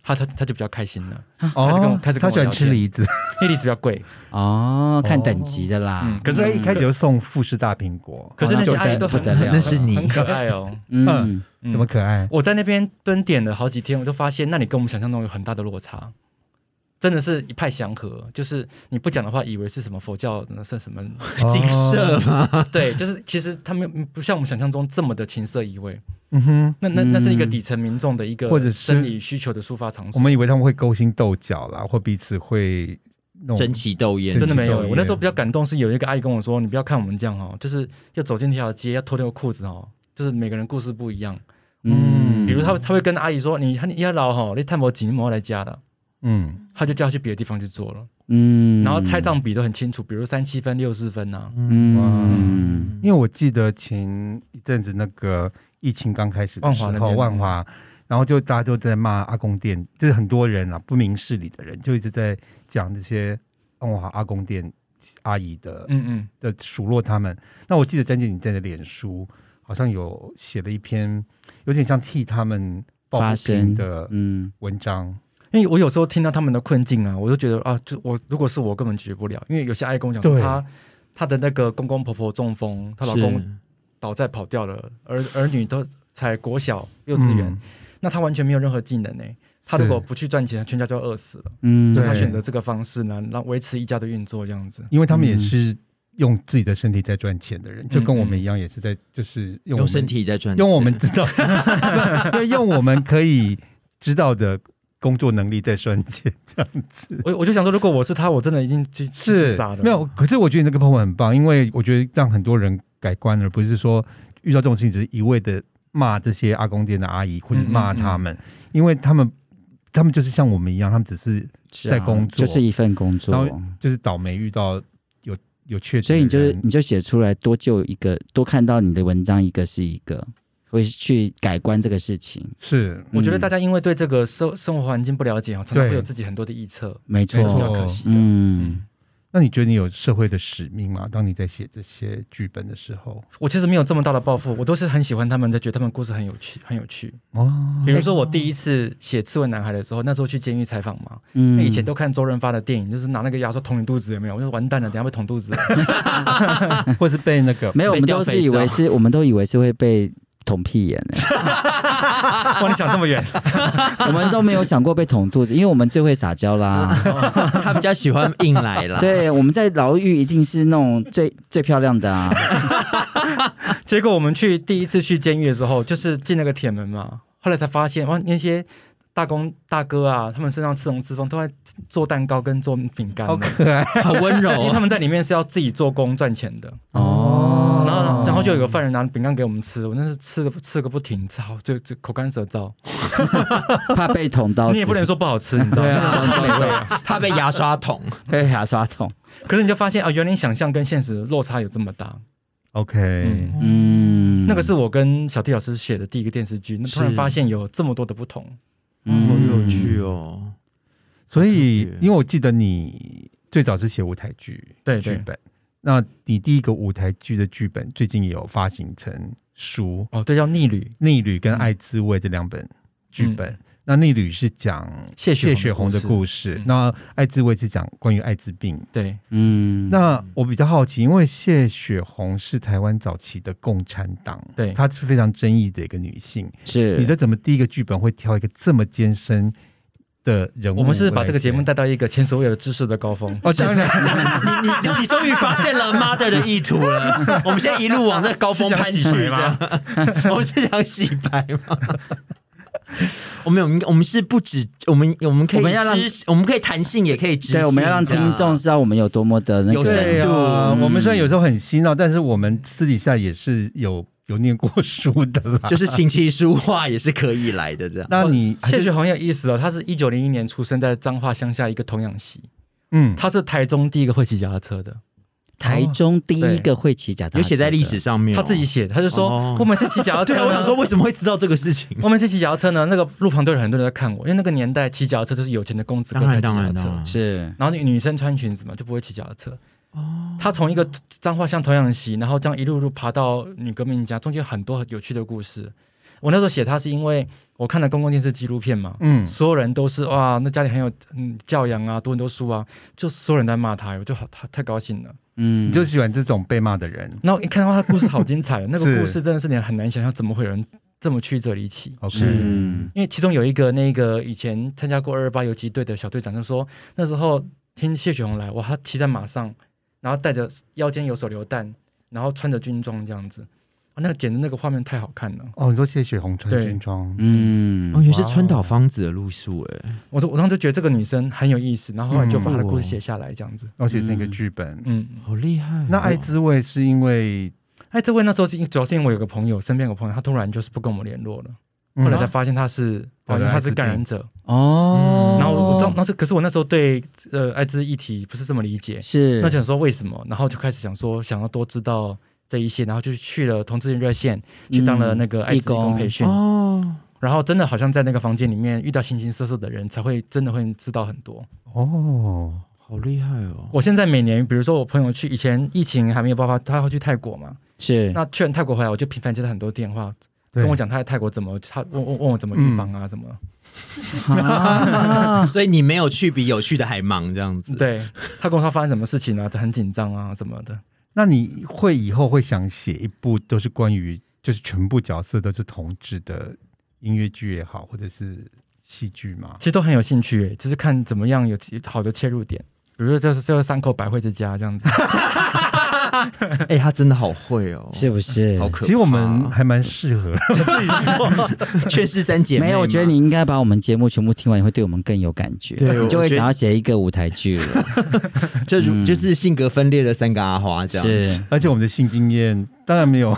S4: 他他他就比较开心了，开始跟我
S1: 哦，
S4: 开始跟
S1: 他
S4: 我
S1: 喜欢吃
S4: 聊天
S1: 梨子，
S4: 因为梨子比较贵。
S2: 哦，看等级的
S4: 嗯
S2: 啦，。
S4: 可是
S1: 所以一开始就送富士大苹果，
S4: 可是那些阿姨都很
S2: 不得了了
S4: 很
S3: 那是你
S4: 很可爱哦。
S2: 嗯，
S4: 嗯
S1: 怎么可爱？
S4: 我在那边蹲点了好几天，我就发现，那你跟我们想象中有很大的落差，真的是一派祥和。就是你不讲的话，以为是什么佛教是什么，
S3: 景
S1: 哦
S3: 色嘛，
S4: 对，就是其实他们不像我们想象中这么的情色一味。
S1: 嗯哼，
S4: 那那
S2: 嗯
S4: 那是一个底层民众的一个
S1: 或者是
S4: 生理需求的抒发场
S1: 我
S4: 所。
S1: 们以为他们会勾心斗角啦，或彼此会弄
S3: 争奇斗艳，
S4: 真的没有，
S1: 对
S4: 我那时候比较感动是有一个阿姨跟我说：“你不要看我们这样哦，就是要走进那条街，要脱掉裤子哦，就是每个人故事不一样。
S2: 嗯，
S4: 比如她她会跟阿姨说：‘你你要老哈，你探摩几毛来家的。’
S1: 嗯，
S4: 她就叫她去别的地方去做了，
S2: 嗯，
S4: 然后拆账比都很清楚，比如三七分、六四分呐、啊。
S2: 嗯，
S1: 因为我记得前一阵子那个疫情刚开始的
S4: 万
S1: 时
S4: 华那
S1: 候，
S4: 边
S1: 万华，然后就大家都在骂阿公店，就是很多人啊，不明事理的人就一直在讲这些万华阿公店阿姨的
S4: 嗯嗯，
S1: 的数落他们。那我记得詹姐你在你的脸书好像有写了一篇，有点像替他们抱不
S2: 发
S1: 平
S2: 生
S1: 的
S2: 嗯，
S1: 文章。
S4: 因为我有时候听到他们的困境啊，我就觉得啊，就我如果是我根本解决不了，因为有些阿姨跟我讲说
S1: 对
S4: 她她的那个公公婆婆中风，她老公倒在跑掉了，儿儿女都才国小、幼稚园，
S1: 嗯
S4: 那他完全没有任何技能呢、他如
S1: 是
S4: 果不去赚钱，他全家就要饿死了。
S2: 嗯，
S4: 所以他
S1: 对
S4: 选择这个方式呢，让维持一家的运作这样子。
S1: 因为他们也
S2: 嗯
S1: 是用自己的身体在赚钱的人，就跟我
S4: 嗯
S1: 们一样，也是在就是用我
S3: 用
S1: 们
S3: 身体在赚钱，
S1: 用我们知道， 对，用我们可以知道的工作能力在赚钱，这样子。
S4: 我我就想说，如果我是他，我真的已经去去自杀了。
S1: 没有，，可是我觉得你那个 po 文很棒，因为我觉得让很多人改观了，不是说遇到这种事情只是一味的骂这些阿公店的阿姨或者骂他们，
S2: 嗯
S1: 因为他们他们就是像我们一样，他们只是
S2: 是啊
S1: 在工作
S2: 就是一份工作
S1: 然。后就是倒霉遇到有有确诊的人，
S2: 所以你就是你就写出来，多就一个，多看到你的文章一个是一个，会去改观这个事情。
S1: 是
S4: 我觉得
S2: 嗯
S4: 大家因为对这个生生活环境不了解啊，常常
S1: 对
S4: 会有自己很多的臆测，
S2: 没
S4: 这是比
S1: 没
S2: 错，
S4: 较
S1: 错
S4: 可惜的。
S2: 嗯，
S1: 那你觉得你有社会的使命吗？当你在写这些剧本的时 候，
S4: 我其实没有这么大的抱负，我都是很喜欢他们的，觉得他们故事很有趣，很有趣。
S1: 哦，
S4: 比如说我第一次写《刺猬男孩》的时候，那时候去监狱采访嘛，
S2: 嗯
S4: 那以前都看周润发的电影，就是拿那个牙刷捅你肚子，有没有？我就完蛋了，等一下被捅肚子。
S1: 或是被那个
S2: 没有，我
S3: 被
S2: 们
S3: 吊
S2: 都是
S3: 肥
S2: 以
S3: 皂
S2: 为是，我们都以为是会被捅屁眼的。
S4: 哇，你想这么远？
S2: 我们都没有想过被捅肚子，因为我们最会撒娇啦。
S3: 他比较喜欢硬来啦，，
S2: 对，我们在牢狱一定是那种 最最漂亮的啊。
S4: 结果我们去第一次去监狱的时候，就是进那个铁门嘛，后来才发现哇，那些大公大哥啊，他们身上刺龙刺凤，都在做蛋糕跟做饼干呢。
S1: 好可爱，
S3: 很温
S4: 因为
S3: 柔哦
S4: 他，们在里面是要自己做工赚钱的，
S2: 哦
S4: 然后然后后就有个犯人拿饼干给我们吃，我那是吃的吃个不停，操，就就口干舌燥。
S2: 怕被捅刀子，
S4: 你也不能说不好吃，你知道
S3: 对
S4: 吗？
S3: 啊，
S2: 对对
S3: 他被牙刷捅，
S2: 被牙刷捅。
S4: 可是你就发现啊，原来你想象跟现实落差有这么大。
S1: OK，、
S4: 嗯
S2: 嗯，
S4: 那个是我哦跟小弟老师写的第一个电视剧，那突然
S3: 是
S4: 发现有这么多的不同。
S3: 好
S2: 嗯
S3: 有趣。哦。
S1: 所以
S3: 好特别
S1: 因为我记得你最早是写舞台剧
S4: 对
S1: 剧
S4: 对，
S1: 本，那你第一个舞台剧的剧本最近也有发行成书，
S4: 哦，对，叫逆旅
S1: 《逆旅》
S4: 嗯
S1: 跟《爱滋味》这两本剧本。那《逆旅》是讲
S4: 谢
S1: 谢雪
S4: 雪
S1: 红的
S4: 事。
S1: 故事，
S4: 嗯
S1: 那《爱滋味》是讲关于艾滋病。
S4: 对，
S2: 嗯，
S1: 那我比较好奇，因为谢雪红是台湾早期的共产党，
S4: 对
S1: 她是非常争议的一个女性。
S2: 是
S1: 你的怎么第一个剧本会挑一个这么艰深的人物？
S4: 我们是把这个节目。带到一个前所未有知识的高峰。
S1: 哦，当然，
S3: 你你你终于发现了 mother 的意图了。我们现在一路往那高峰攀去，这
S4: 是想洗白
S3: 样
S4: 吗。
S3: 我们是想洗白吗？ 我们有，我们是不止，我们我们可以
S2: 我们要让
S3: 知我们可以弹性，也可以知性。
S2: 对，我们要让听众知道我们有多么的那
S3: 有
S2: 个
S3: 深
S1: 对
S3: 度
S1: 啊，我们虽然有时候很嬉闹，但是我们私底下也是有有念过书的啦。
S3: 就是琴棋书画也是可以来的这样。
S1: 那你
S4: 谢雪红很有意思哦，她是一九零一年出生在彰化乡下一个童养媳，
S1: 嗯，
S4: 她是台中第一个会骑脚踏车的，
S2: 台中第一个会骑脚踏车的，
S3: 有写在历史上面哦、
S4: 她自己写的，她就
S3: 哦
S4: 说我每次骑脚 踏
S3: 对啊，
S4: 车
S3: 我想
S4: 呢
S3: 说，为什么会知道这个事 情？
S4: 我每次骑脚踏车呢，那个路旁都有很多人在看我，因为那个年代骑脚踏车就是有钱的公子哥才骑脚踏车，
S2: 是
S4: 然后女女生穿裙子嘛，就不会骑脚踏车。哦，她从一个彰化乡童养媳，然后这样一路路爬到女革命家，中间很多很有趣的故事。我那时候写她是因为我看了公共电视纪录片嘛，
S1: 嗯
S4: 所有人都是哇，那家里很有嗯教养啊，读很多书啊，就所有人在骂她，我就好太太高兴了。
S2: 嗯，
S1: 你就喜欢这种被骂的人
S4: 然后一看到她的故事好精彩，那个
S1: 是
S4: 故事真的是你很难想象怎么会有人这么曲折离奇。
S1: 哦
S4: 嗯
S1: ，OK？
S2: 是
S4: 因为其中有一个那个以前参加过二二八游击队的小队长就说，那时候听谢雪红来，哇，他骑在马上，然后带着腰间有手榴弹，然后穿着军装这样子，啊，那个简直那个画面太好看了，
S1: 哦，你说谢雪红穿
S4: 对
S1: 军装，
S3: 哦，
S2: 嗯，
S3: 也是川岛芳子的路数哎、
S4: 我都我当时觉得这个女生很有意思，然后后来就把她的
S3: 嗯
S4: 故事写下来这样子，
S1: 然后哦写成一个剧本。
S4: 嗯，
S3: 好厉害哦、
S1: 那爱滋味是因为
S4: 哎，这位那时候是因主要是因为我有个朋友，身边有个朋友，他突然就是不跟我们联络了，后来才发现他是，
S1: 嗯
S4: 哦，嗯因为他是感染者，
S2: 哦，
S4: 然后我当当时可是我那时候对呃艾滋议题不是这么理解，
S2: 是
S4: 那就想说为什么，然后就开始想说想要多知道这一些，然后就去了同志热线，去当了那个艾滋义工培训，
S3: 哦，
S4: 然后真的好像在那个房间里面遇到形形色色的人，才会真的会知道很多。
S1: 哦，
S3: 好厉害哦！
S4: 我现在每年，比如说我朋友去，以前疫情还没有爆发，他会去泰国嘛，
S2: 是
S4: 那去完泰国回来，我就频繁接到很多电话，
S1: 对
S4: 跟我讲他在泰国怎么，他问问问我怎么预防啊，怎么。
S2: 啊
S3: 所以你没有去比有去的还忙这样子。
S4: 对他跟我说发生什么事情啊，他很紧张啊什么的。
S1: 那你会以后会想写一部都是关于就是全部角色都是同志的音乐剧也好，或者是戏剧吗
S4: 其？实都很有兴趣耶，就是看怎么样有好的切入点，比如说就是就是山口百惠之家这样子。
S3: 哎、他真的好会哦，
S2: 是不是？
S3: 好可怕。
S1: 其实我们 还蛮适合，
S3: 确实三姐妹嘛，
S2: 没有，我觉得你应该把我们节目全部听完，你会对我们更有感觉，
S3: 对我
S2: 你就会
S3: 我觉得
S2: 想要写一个舞台剧 了。
S3: 就如
S2: 嗯
S3: 就是性格分裂的三个阿花这样。
S2: 是，
S1: 而且我们的性经验当然没有。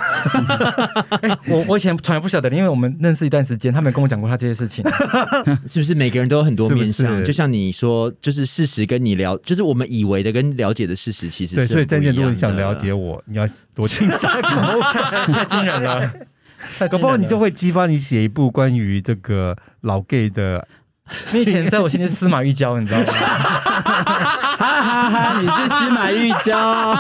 S4: 我我以前从来不晓得，因为我们认识一段时间，他没有跟我讲过他这些事 情。
S3: 是不是每个人都有很多面
S1: 是不
S3: 相？
S1: 是
S3: 就像你说，就是事实跟你了，就是我们以为的跟了解的事实其实是
S1: 对，所以
S3: 很不
S1: 詹姐，
S3: 一
S1: 如果你
S3: 样
S1: 想
S3: 的
S1: 了解，我，你要多听 三口，
S4: 太惊人了，太
S1: 搞
S4: 惊
S1: 不好你就
S4: 会。
S1: 会激发你写一部关于这个老 gay 的。
S4: 你以前在我心里是司马玉娇，你知道 吗？
S2: 哈哈啊哈，你是司马玉 娇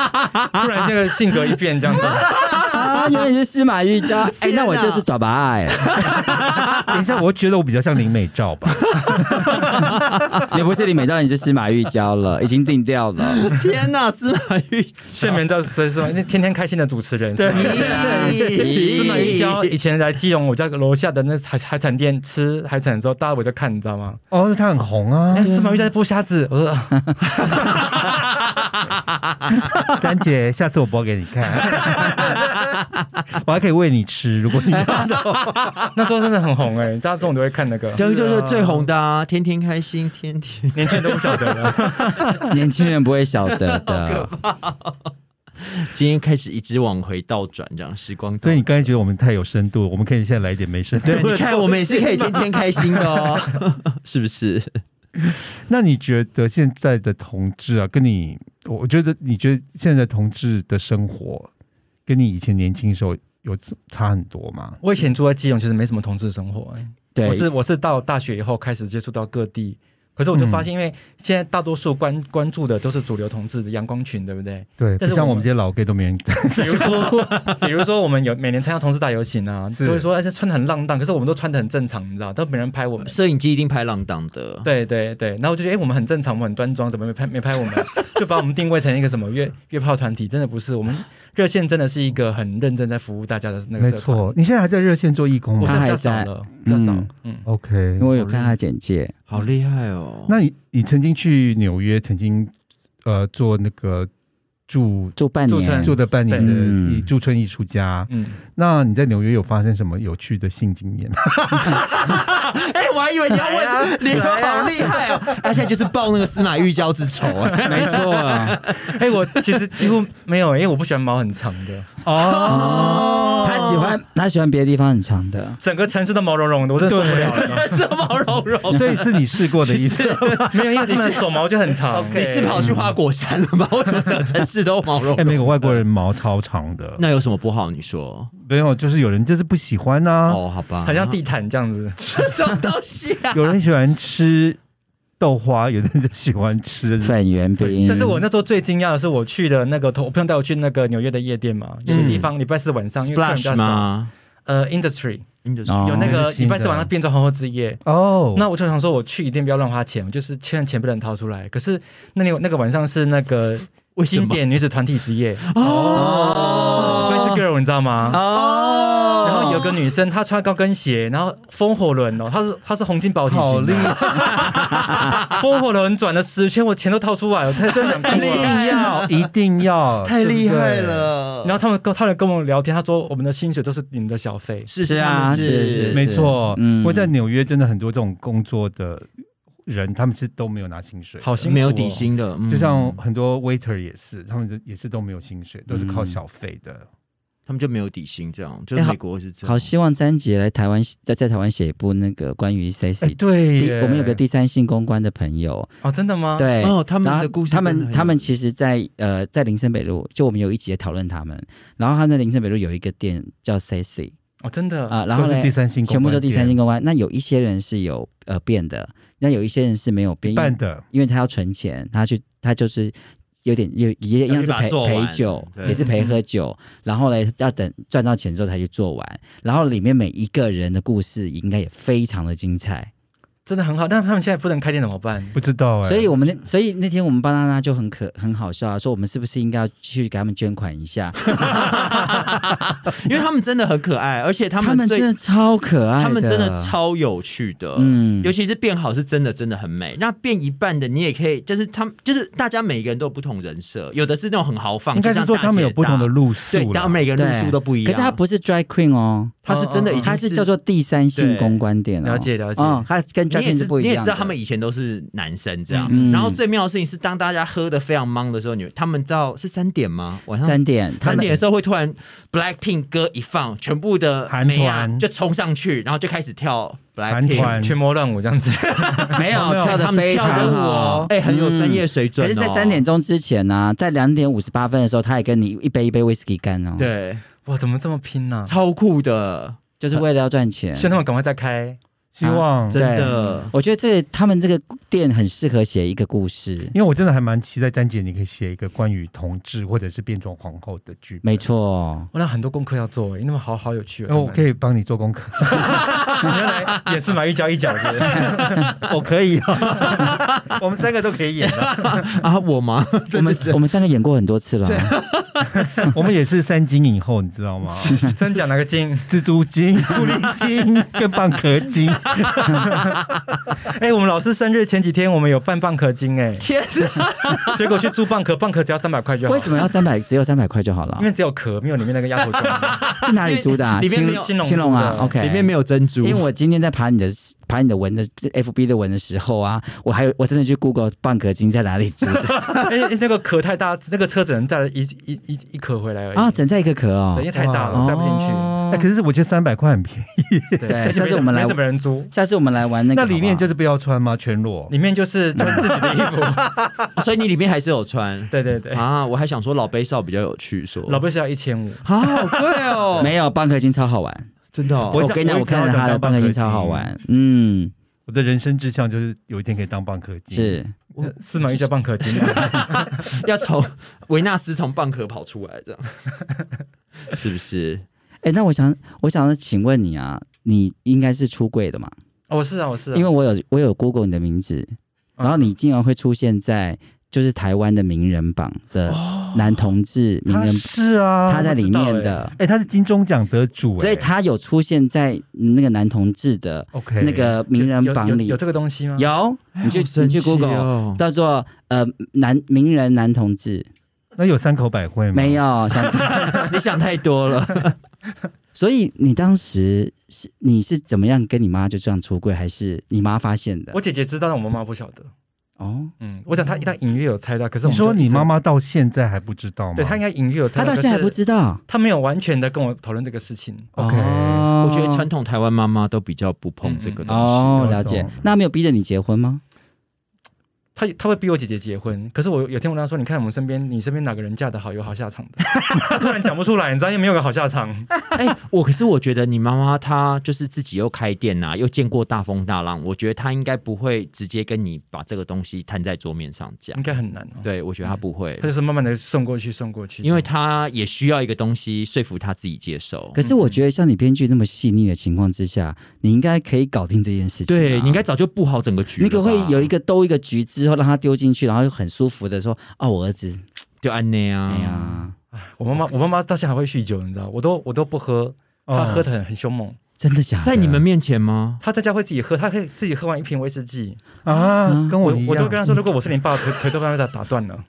S4: 突然这个性格一变这样子，
S2: 啊，原来你是司马玉 娇，哎，
S3: 天哪
S2: 那我就是短巴哎，
S1: 等一下，我觉得我比较像林美照 吧。
S2: 你不是李美照，你是司马玉娇了，已经定掉了。
S3: 天哪，司马懿
S4: 谢明照是司马，那天天开心的主持人。对
S3: 咦
S4: 司马玉娇以前来基隆我家楼下的那海海产店吃海产的时候，大家我在看，你知道吗？
S1: 哦，他很红啊
S4: 哎，，司马玉娇在剥虾子，我说啊
S1: 詹姐，下次我剥给你看， 我还可以喂你吃，如果你要的话。
S4: 那时候真的很红哎，大家中午都会看 那个，
S3: 这就是最红的啊！天天开心，天天
S4: 年轻人都不晓得了。
S2: 年轻人不会晓得的。
S3: 今天开始一直往回倒转，这样时光倒。
S1: 所以你刚才觉得我们太有深度，我们可以现在来一点没深度。
S3: 对，你看我们也是可以天天开心的哦， 是不是？
S1: 那你觉得现在的同志啊，跟你，我我觉得你觉得现在同志的生活，跟你以前年轻时候有差很多吗？
S4: 我以前住在基隆，其实没什么同志生活、哎
S2: 对
S4: 我，是我是到大学以后开始接触到各地，可是我就发现，
S2: 嗯
S4: 因为现在大多数关关注的都是主流同志的阳光群，对 不对？
S1: 对，不
S4: 但是
S1: 像
S4: 我
S1: 我们这些老 gay 都没人。
S4: 比如说，比如说我们有每年参加同志大游行啊，
S1: 是
S4: 都会说哎，这穿的很浪荡，可是我们都穿的很正常，你知道，都没人拍我们。
S3: 摄影机一定拍浪荡的，
S4: 对对对，然后我就觉得，哎、我们很正常，我们很端庄，怎么没拍没 拍我们？就把我们定位成一个什么月月炮团体，真的不是。我们热线真的是一个很认真在服务大家 的那个
S1: 没
S4: 社团。
S1: 错，你现在还在热线做义工
S4: 我
S1: 吗
S4: 是
S2: 他
S4: 比
S2: 还
S4: 较少
S2: 在
S4: 了，比较少
S2: 嗯。
S4: 嗯，
S1: ？OK，
S2: 因为我有看他的简介，
S3: 好厉害哦。
S1: 那你你曾经去纽约，曾经呃做那个驻
S2: 住半
S4: 住成
S2: 年，
S1: 驻的半年
S2: 对
S1: 的
S2: 嗯
S1: 艺驻村艺术家，
S4: 嗯，
S1: 那你在纽约有发生什么有趣的性经 验吗？
S3: 哎、我还以为你要
S2: 哎
S3: 问你们好厉害哦，他、现在就是报那个司马玉娇之仇 啊。
S2: 没错啊，
S4: 哎、我其实几乎没有，因为我不喜欢毛很长的，
S2: 哦，他喜欢他喜欢别的地方很长的，
S4: 整个城市都毛茸茸的，我真的受不了了。
S3: 这是毛茸茸，
S1: 这一次你试过的一 次，
S4: 没有，因为他们的手毛就很长。
S3: 你是跑去花果山了吗？ 为什么整个城市都毛茸
S1: 哎，
S3: 茸？
S1: 美国外国人毛超长 的，
S3: 那有什么不好？你说
S1: 没有，就是有人就是不喜欢
S2: 啊
S1: 啊呐，
S3: 哦，好吧，
S4: 很像地毯这样子，
S3: 这种东西 啊。
S1: 有人喜欢吃豆花，有人就喜欢吃
S2: 粉圆饼，
S4: 嗯但是我那时候最惊讶的是，我去的那个同我朋友带我去那个那个纽约的夜店
S1: 嗯
S4: 嘛，有个地方礼拜四晚上因为客人比
S3: Splash
S4: 较少，
S3: 吗？
S4: 呃，Industry
S3: 你就是
S2: 哦
S4: 有那
S1: 那
S4: 个
S1: 是新
S4: 礼
S1: 的
S4: 拜四晚上变装皇后之夜，
S1: 哦。
S4: 那我就想说我去一定不要乱花钱，我就是劝钱不能掏出来。可是那里那个晚上是那个
S3: 为什
S4: 经
S3: 么？
S4: 典女子团体之夜
S3: 哦
S4: ，Space Girl，你知道吗？
S3: 哦
S4: 然后有个女生，她穿高跟鞋，然后风火轮哦，她是她是洪金宝体
S1: 好
S4: 型
S1: 厉
S4: 的， 风火轮转了十圈，我钱都掏出来了，她真的啊想跟
S3: 厉害
S4: 我。
S1: 一定要，一定 要，
S3: 太厉害
S1: 对不对。
S3: 了。
S4: 然后他们跟他们跟我们聊天，他说我们的薪水都是你们的小费，
S3: 是
S2: 是啊
S3: 他们
S2: 是是
S1: 没错，
S2: 嗯
S1: 不过在纽约真的很多这种工作的人，他们是都没有拿薪水的，
S4: 好辛
S2: 哦
S4: 苦、
S3: 没有底，薪的，嗯
S1: 就像很多 waiter 也是，他们就也是都没有薪水，都是靠小费的。
S2: 嗯
S3: 他们就没有底薪，这样就
S2: 哎好
S3: 美国是这样。
S2: 好希望詹杰来台湾，在在台湾写一部那个关于 C
S1: 哎
S2: C，
S1: 对
S2: 第
S1: 耶，
S2: 我们有个第三性公关的朋友，
S4: 哦，真的吗？，
S2: 对，
S3: 哦，他们
S2: 然后
S3: 的故事
S2: 他
S3: 真的很有
S2: 们
S3: 趣，
S2: 他们其实在，呃在林森北路，就我们有一集也讨论他们。然后他们在林森北路有一个店叫 Sassy
S4: 哦，真的
S2: 啊、然后
S1: 都
S2: 呢
S1: 是第，三星，
S2: 全部都第三星公关。那有一些人是有呃变的，那有一些人是没有变，因
S1: 办
S2: 为
S1: 的，
S2: 因为他要存钱，他去他就是。有点也也一样是
S3: 要去把它
S2: 陪
S3: 做完
S2: 陪酒，
S3: 对
S2: 也是陪喝 酒，然后呢要等赚到钱之后才去做完，然后里面每一个人的故事应该也非常的精彩，
S4: 真的很好，但他们现在不能开店怎么办？
S1: 不知道
S3: 啊
S1: 哎。
S2: 所以我们那所以那天我们巴娜娜就很可很好笑啊，说我们是不是应该要去给他们捐款一下？
S3: 因为他们真的很可爱，而且他
S2: 他
S3: 们
S2: 们
S3: 最
S2: 真的超可爱，
S3: 他们真的，超有趣的，
S2: 嗯
S3: 尤其是变好是真的真的很美。那变一半的你也可以，就是他们就是大家每个人都有不同人设，有的是那种很豪放，
S1: 应该是说他们有不同的
S3: 路
S1: 路
S3: 对
S1: 数，啦
S3: 然后。每个人路数都不一
S2: 可
S3: 样。
S2: 是他不是 drag queen 哦，
S3: 他是真的已经
S2: 他是叫做第三性公关店哦，
S4: 了解了解，
S2: 嗯，他跟 drag
S3: 你也
S2: queen
S3: 知
S2: 是不一
S3: 你也
S2: 样的，
S3: 知道他们以前都是男生这样。
S2: 嗯
S3: 然后最妙的事情是，当大家喝的非常忙的时候，你他们到是三点吗？晚上。
S2: 三点，他
S3: 三
S2: 们
S3: 点的时候会突然 Blackpink 歌一放，全部的
S1: 韩
S3: 美亚
S1: 团
S3: 就冲上去，然后就开始跳
S1: 韩
S3: Blackpink，
S1: 团
S4: 群魔乱舞这样子，
S2: 没有
S1: 没有
S2: 跳的
S3: 哦他们
S2: 非
S3: 跳的
S2: 常
S3: 舞
S2: 好
S3: 哦，，哎，很有专业水准
S2: 可
S3: 哦。
S2: 是，在三点钟之前呢、在两点五十八分的时候，他也跟你一杯一杯 whisky 干哦，，
S3: 对，
S4: 哇，怎么这么拼呢、
S3: 超酷的，
S2: 就是为了要赚钱。
S4: 希望他们赶快再开。
S1: 希望，
S3: 真
S2: 对
S3: 的。
S2: 我觉得这个他们这个店很适合写一个故事，
S1: 因为我真的还蛮期待詹姐，你可以写一个关于同志或者是变装皇后的剧本。
S2: 没 错。
S4: 我那很多功课要做，因为好好有趣哦。
S1: 那我可
S4: 以，
S1: 以帮你做功 课，
S4: 你要来也是买一脚一脚的，
S1: 我可以啊，我们三个都可以演啊，
S3: 啊，我吗？
S2: 我们我们三个演过很多次 了，
S1: 我们也是三金影后，你知道吗？
S4: 真假哪个精？
S1: 蜘蛛精、 狐狸精跟蚌壳精，
S4: 哎、我们老师生日前几天，我们有办蚌壳 精哎、
S3: 天啊！
S4: 结果去租蚌壳，蚌壳只要三百块就好
S2: 为，什么要三百？只有三百块就好了
S4: 因。为只有壳，没有里面那个鸭头装。
S2: 是哪里租的、啊？
S3: 里面
S2: 青
S3: 没有
S4: 青龙
S2: 青龙
S4: 租
S2: 啊
S4: 的
S2: ，OK。
S3: 里面没有珍珠
S2: 因为，我今天在爬你的爬你的文的 FB 的文的时候啊，我还有我真的去 Google 蚌壳精在哪里租的
S4: 哎、哎那个壳太大，那个车只能载了一一一一壳回来而 已
S2: 啊，整在一个壳哦
S4: 对因为，太大了，塞不进去。
S2: 哦
S1: 哎，可是我觉得三百块很便宜，
S2: 对
S4: 而且
S2: 下
S4: 没
S2: 次我们
S4: 什
S2: 来
S4: 没什么人租，
S2: 下次我们来玩那个
S1: 那
S2: 好不好，
S1: 里面就是不要穿吗？全裸？
S4: 里面就是穿自己的衣 服。
S3: 所以你里面还是有穿
S4: 对对
S2: 哦
S4: 对，
S3: 啊？我还想说老杯少比较有趣，说
S4: 老贝是要一千五，
S3: 啊，好贵哦，
S2: 没有蚌壳精超好玩。
S3: 真的哦
S1: 我
S2: 我
S1: 想
S2: 跟你讲，
S1: 我
S2: 我
S1: 也超
S2: 看了
S1: 想
S2: 他的
S1: 当
S2: 蚌壳
S1: 蚌壳
S2: 精超好
S1: 精
S2: 玩，嗯，
S1: 我的人生志向就是有一天可以当蚌壳精。
S2: 是
S4: 司马懿叫蚌壳 精，
S3: 要从 维纳斯从蚌壳跑出来，这样 是不是？
S2: 哎、那我想，我想请问你啊，你应该是出柜的嘛？
S4: 哦我是啊我是啊，
S2: 因为我有我有 Google 你的名字，然后你竟然会出现在就是台湾的名人榜的男同志名
S1: 他
S2: 人，
S1: 是啊，
S2: 他在里面
S4: 我知道
S2: 的，
S1: 哎，他是金钟奖得主，哎
S2: 所以他有出现在那个男同志的
S1: OK
S2: 那个名人
S4: 有
S2: 榜
S4: 有
S2: 里
S4: 有，这个东西吗？
S2: 有你去
S3: 哎好
S2: 你
S3: 神
S2: 去
S3: 奇
S2: Google
S3: 哦
S2: 叫做呃男名人男同志，
S1: 那有三口百惠吗？
S2: 没有想。
S3: 你想太多了。
S2: 所以你当时是你是怎么样跟你妈就这样出柜，还是你妈发现的
S4: 我？姐姐知道，但我妈妈不晓得。
S2: 哦，
S4: 嗯，我讲她她隐约有猜到，可是我
S1: 你
S4: 们就
S1: 说
S4: 一
S1: 你
S4: 直
S1: 妈，妈到现在还不知道吗？
S4: 对她应该隐约有猜
S2: 她
S4: 到，
S2: 到现在还
S4: 可是
S2: 不知道。
S4: 她没有完全的跟我讨论这个事情。
S1: OK
S2: 哦
S3: 我觉得传统台湾妈妈都比较不碰这个东西。
S2: 哦，
S1: 我
S2: 了解
S1: 懂。
S2: 那没有逼着你结 婚吗？
S4: 她她会逼我姐姐结婚，可是我有天我跟她说，你看我们身边，你身边哪个人嫁得好，有好下场的？ 她突然讲不出来，你知道，因为没有个好下场。
S3: 哎、我可是我觉得你妈妈她就是自己又开店呐、又见过大风大浪，我觉得她应该不会直接跟你把这个东西摊在桌面上讲
S4: 应。该很难哦。，
S3: 嗯对，我觉得她不会
S4: 她，就是慢慢的送过去，送过去，
S3: 因为她也需要一个东西说服她自己接受。
S2: 可是我觉得像你编剧那么细腻的情况之下，你应该可以搞定这件事情啊、
S3: 对，你应该早就布好整个局了
S2: 那
S3: 吧。
S2: 个会有一个兜一个局之后，让他丢进去，然后又很舒服的说：“哦，我儿子，
S3: 就安内
S2: 哎
S3: 啊，
S2: 呀，
S4: 我妈妈，我妈妈到现在还会酗酒，你知道，我都我都不喝，
S1: 哦
S4: 她喝的很很凶猛，
S2: 真的假的？”
S3: 在你们面前吗？
S4: 她在家会自己喝，她可以自己喝完一瓶威士忌，
S2: 嗯
S1: 啊，跟
S4: 我
S1: 一样，
S4: 我都跟她说，如果我是你爸，腿 腿都被她打断了。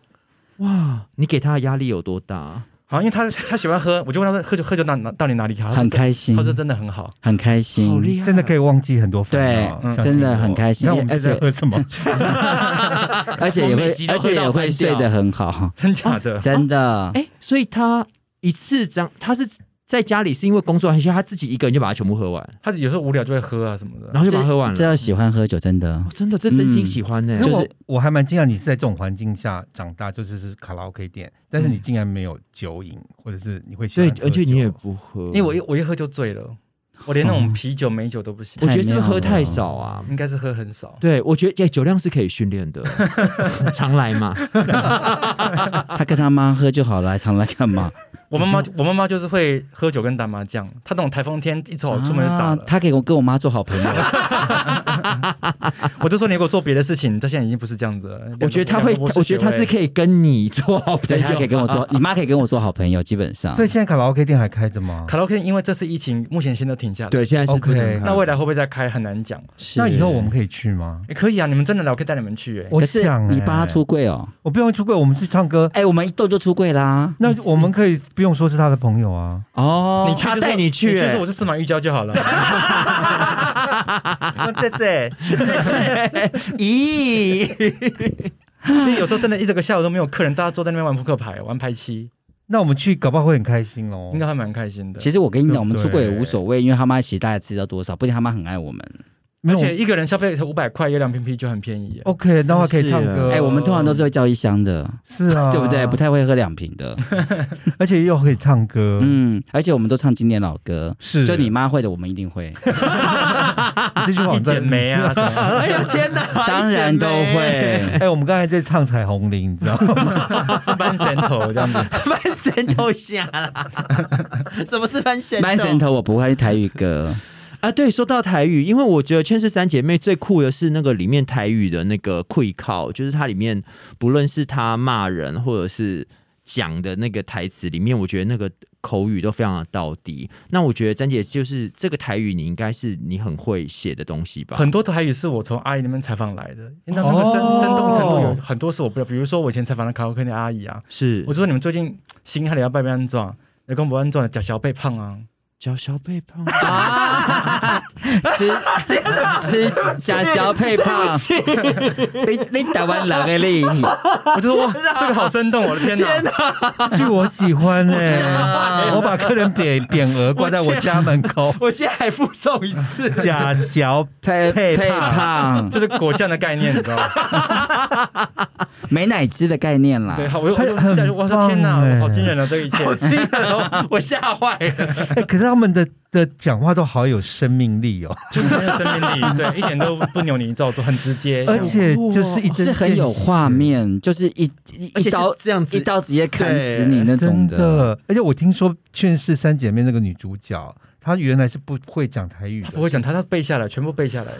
S3: 哇，你给她的压力有多大？
S4: 好，因为她她喜欢喝，我就问她说喝酒喝酒到哪到底哪里好，
S2: 很开心
S3: 哦
S4: 她，说真的很好，
S2: 很开心，
S3: 好厉害，
S1: 真的可以忘记很多烦恼
S2: 对，
S1: 相
S2: 嗯
S1: 信
S2: 真的
S1: 我
S2: 很开心
S1: 那我们
S2: 而
S1: 现在
S2: 且
S1: 喝什么？
S2: 而且也
S3: 我
S2: 会
S3: 每集，都喝
S2: 而
S3: 到
S2: 且也会
S3: 翻掉
S2: 睡得 很好，
S4: 真假 的。
S2: 真的。
S3: 哎、所以他一次这样，他是在家里是因为工作还是他自己一个人就把它全部喝完，
S4: 她有时候无聊就会喝啊什么的，
S3: 然后就把它喝完
S2: 这
S3: 了？
S2: 要喜欢喝酒，真 的
S3: 哦、真的，这真心喜
S2: 嗯
S3: 欢呢、
S1: 因为
S3: 就是
S1: 我我还蛮惊讶，你是在这种环境下长大，就是是卡拉 OK 店，但
S2: 嗯
S1: 是你竟然没有酒瘾，或者是你会喜
S3: 对
S1: 欢，喝
S3: 而且你
S1: 酒
S3: 也不喝，
S4: 因为我一我一喝就醉了，我连那
S3: 哦
S4: 种啤酒美酒都不行
S3: 我，觉得是不是喝
S2: 太妙
S3: 太
S2: 了
S3: 少啊？
S4: 应该是喝很少。
S3: 哦 对，我觉得哎、酒量是可以训 练的，常来 嘛。
S2: 他跟他妈喝就好了，还常来干嘛？
S4: 我妈妈我妈妈就是会喝酒跟打麻将，她那种台风天一
S3: 哦
S4: 走出门就打
S2: 啊
S4: 了，
S2: 他可以跟我跟我妈做好朋 友，
S4: 我就说你如果做别的事情，她现在已经不是这样子了。两个
S3: 我觉得他会，
S4: 两个博士
S3: 我觉得他是
S4: 学位
S3: 可以跟你做好朋
S2: 对，
S3: 友，
S2: 他可以跟我
S3: 哎
S2: 做，你妈可以跟我做好朋友，基本上
S1: 所。以现在卡拉 OK 店还开着吗？
S4: 欸卡拉 OK，因为这次疫情，目前先都停下来。，
S3: 对，现在是不能
S1: OK，
S3: 看
S4: 那未来会不会再开很难讲。
S3: 是
S1: 那以后我们可以去吗？
S4: 也可以啊，你们真的来，我可以带你们去。哎，
S1: 我
S2: 可是
S1: 想
S2: 你帮他
S1: 欸
S2: 出，柜哦，
S1: 我不用出柜，我们去唱歌。
S2: 哎，我们一动就出柜啦。
S1: 那我们可以不用说是他的朋友啊，
S2: 哦，
S4: 你去
S3: 他
S4: 就是
S3: 带你去
S4: 就
S3: 哎
S4: 是我是司马玉娇就好 了。
S2: 哦
S1: 这这
S3: 咦，
S4: 因为有时候真的一整个下午都没有客人，大家坐在那边玩扑克牌、玩牌七，
S1: 那我们去搞不好会很开心哦
S4: 应。该还蛮开心的。
S2: 其实我跟你
S1: 对
S2: 讲，我们出柜也
S1: 对
S2: 无所谓，因为他妈其实大家知道多少，不仅他妈很爱我们。
S1: 没
S4: 而
S1: 有哦
S4: 且一个人消费才五百块，有两瓶啤酒很便宜耶。
S1: OK，那话可以唱
S3: 哦
S1: 歌。
S2: 哎，我们通常都是会叫一箱的，
S1: 是啊，
S2: 对不对？不太会喝两瓶的。
S1: 而且又可以唱歌。
S2: 嗯，而且我们都唱经典老歌，
S1: 是，
S2: 就你妈会的，我们一定会。
S1: 这句话
S4: 一剪梅 啊，什么
S3: 哎呦天哪，
S2: 当然都会。
S1: 哎，我们刚才在唱彩虹铃，你知道吗？
S4: 搬枕头这样子，
S3: 翻神头侠啦！ 什么是翻神
S2: 慢神头我不会是台语歌，
S3: 啊，对，说到台语，因为我觉得《圈氏三姐妹》最酷的是那个里面台语的那个跪靠，就是它里面不论是她骂人或者是讲的那个台词里面，我觉得那个口语都非常的到底。那我觉得詹姐就是这个台语，你应该是你很会写的东西吧？
S4: 很多台语是我从阿姨那边采访来的，那那个生
S1: 哦
S4: 生动程度有很多是我不知道。比如说我以前采访的卡拉 OK 的阿姨啊，
S3: 是
S4: 我就说你们最近新开的要拜拜安装，要跟不安装的假小贝胖啊，
S3: 小小背叛。，
S2: 吃吃假小配胖，你你台湾人的你，
S4: 我就说哇，这个好生动，我的天哪！
S1: 这个我喜欢哎、我把客人匾匾额挂在我家门口
S3: 我今天还附送一次，
S1: 假小
S2: 配
S1: 配
S2: 配
S1: 胖
S2: 胖，
S4: 就是果酱的概念，你知道吗？
S2: 美乃滋的概念啦。哦
S4: 对，好，我我
S1: 还
S4: 就
S1: 很
S4: 吓我说天哪，
S1: 棒欸
S4: 我好惊人啊！这一切，
S3: 我惊人哦，我吓坏了。
S1: 哎、可是他们的的讲话都好有生命力哦，
S4: 就是很有生命力，对，一 点都不扭捏造作，很直接。
S1: 而且就是一针
S2: 是很有
S1: 见血
S2: 画，面，就是一一
S3: 而且
S2: 一
S3: 是
S2: 刀
S3: 这样子
S2: 一刀直接砍死你那种
S1: 真的。而且我听说《劝世三姐妹》那个女主角，她原来是不会讲台语的，
S4: 不会讲，他他背下来，全部背下来，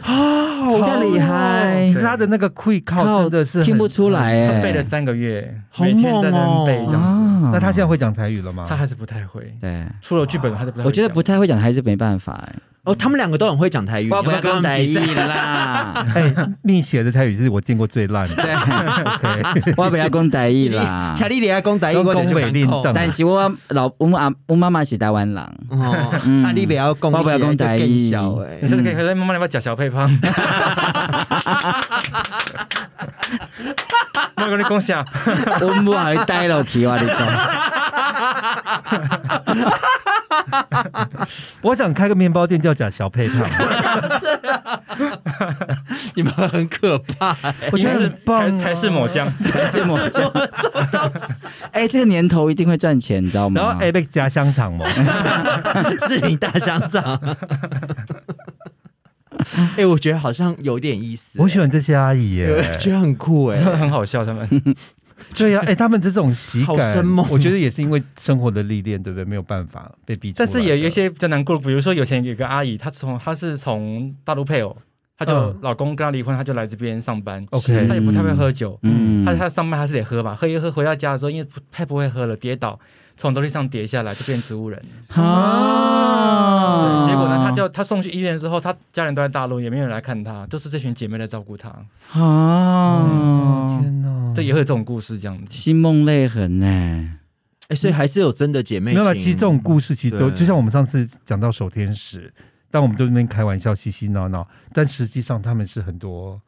S2: 好厉害
S1: 可，是她的那个会靠
S2: 靠
S1: 真的是很
S2: 听不出。来
S4: 他背了
S2: 哎。
S4: 三个月，
S3: 好
S4: 每天在
S3: 猛
S4: 那
S3: 哦
S4: 边背这样子，
S2: 啊
S1: 那她现在会讲台语了吗？
S4: 他还是不太会。
S2: 对，
S4: 出了剧本，他就不太会
S2: 我觉得
S4: 讲
S2: 不太会讲还是没办法哎。
S3: 哦，他们两个都很会讲台语，
S2: 我
S3: 你
S2: 不要
S3: 要不要跟
S2: 讲台
S3: 台
S2: 语
S3: 语。
S2: 啦，
S1: 哎，蜜写的台语是我见过最烂的。
S2: 对，
S1: OK，
S2: 我不要讲台 语啦。
S3: 卡莉莉亚讲台语，
S1: 都
S3: 我
S1: 讲
S3: 就
S1: 袂
S3: 艰
S1: 认
S3: 苦
S1: 同。
S2: 但是我老我阿我妈妈是台 湾人，
S3: 哦，
S2: 嗯
S3: 啊，你不要讲，
S2: 我不要讲台语
S3: 你这样就更小
S4: 你
S3: 哎。
S4: 甚至可以可以慢慢来把假小配 胖。我跟你共享，
S2: 我母还呆落去，我跟你讲，
S1: 我想开个面包店叫假小配糖，
S3: 你们很可怕，
S1: 我觉得
S4: 是
S1: 很棒啊
S4: 台台式抹酱，
S2: 还是我讲。哎，这个年头一定会赚钱，你知道
S1: 然
S2: 吗
S1: 后？哎被加香肠嘛，
S3: 是你大乡 长。哎，我觉得好像有点意思。欸
S1: 我喜欢这些阿姨耶。
S3: 对，觉得很酷哎。
S4: 很好笑。他们
S1: 对呀、哎、他们这种喜
S3: 好
S1: 感
S3: 生猛，
S1: 我觉得也是因为生活的历练，对不对？没有办法被逼出来
S4: 但
S1: 的。
S4: 是也有一些比较难过，比如说有钱有个阿姨，她从她是从大陆配偶，她就
S1: 嗯
S4: 老公跟她离婚，她就来这边上班，
S1: OK，
S4: 她也不太会喝酒，
S2: 嗯
S4: 她她上班还是得喝嘛，喝一喝回到家的时候，因为不太不会喝了，跌倒从楼梯上跌下来就变植物人，
S2: 啊
S4: 对，结果呢，她就她送去医院之后，她家人都在大陆，也没有人来看她，都是这群姐妹在照顾她，
S2: 嗯啊，
S1: 哦天哪，
S4: 对，也会有这种故事这样子。
S2: 心梦泪痕呢，
S3: 哎，所以还是有真的姐妹
S1: 没
S3: 情。
S1: 有啦，其实这种故事其实都
S3: 对
S1: 就像我们上次讲到守天使，但我们都在那边开玩笑嘻嘻闹闹，但实际上他们是很多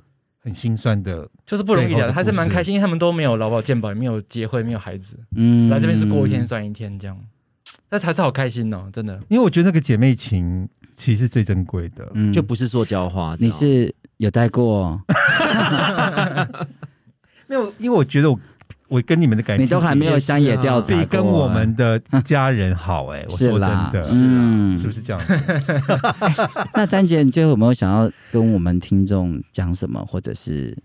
S1: 很心酸的。
S4: 就是不容易
S1: 背后的
S4: 的，还是蛮
S1: 故事
S4: 开心，因为他们都没有劳保健保，也没有结婚，也没有孩子，
S2: 嗯，
S4: 来这边是过一天算一天这样，但是还是好开心哦，真的。
S1: 因为我觉得那个姐妹情其实是最珍贵的。
S2: 嗯，
S3: 就不是塑胶花，
S2: 你是有带过，
S1: 没有，因为我觉得我我跟你们的感情，
S2: 你都还没有乡野调查
S1: 啊比
S2: 过，啊
S1: 跟我们的家人好哎、我
S2: 是
S1: 说真
S2: 啦，
S1: 的，
S2: 嗯
S1: 是不是这样？
S2: 那詹姐，你最后有没有想要跟我们听众讲什么，或者是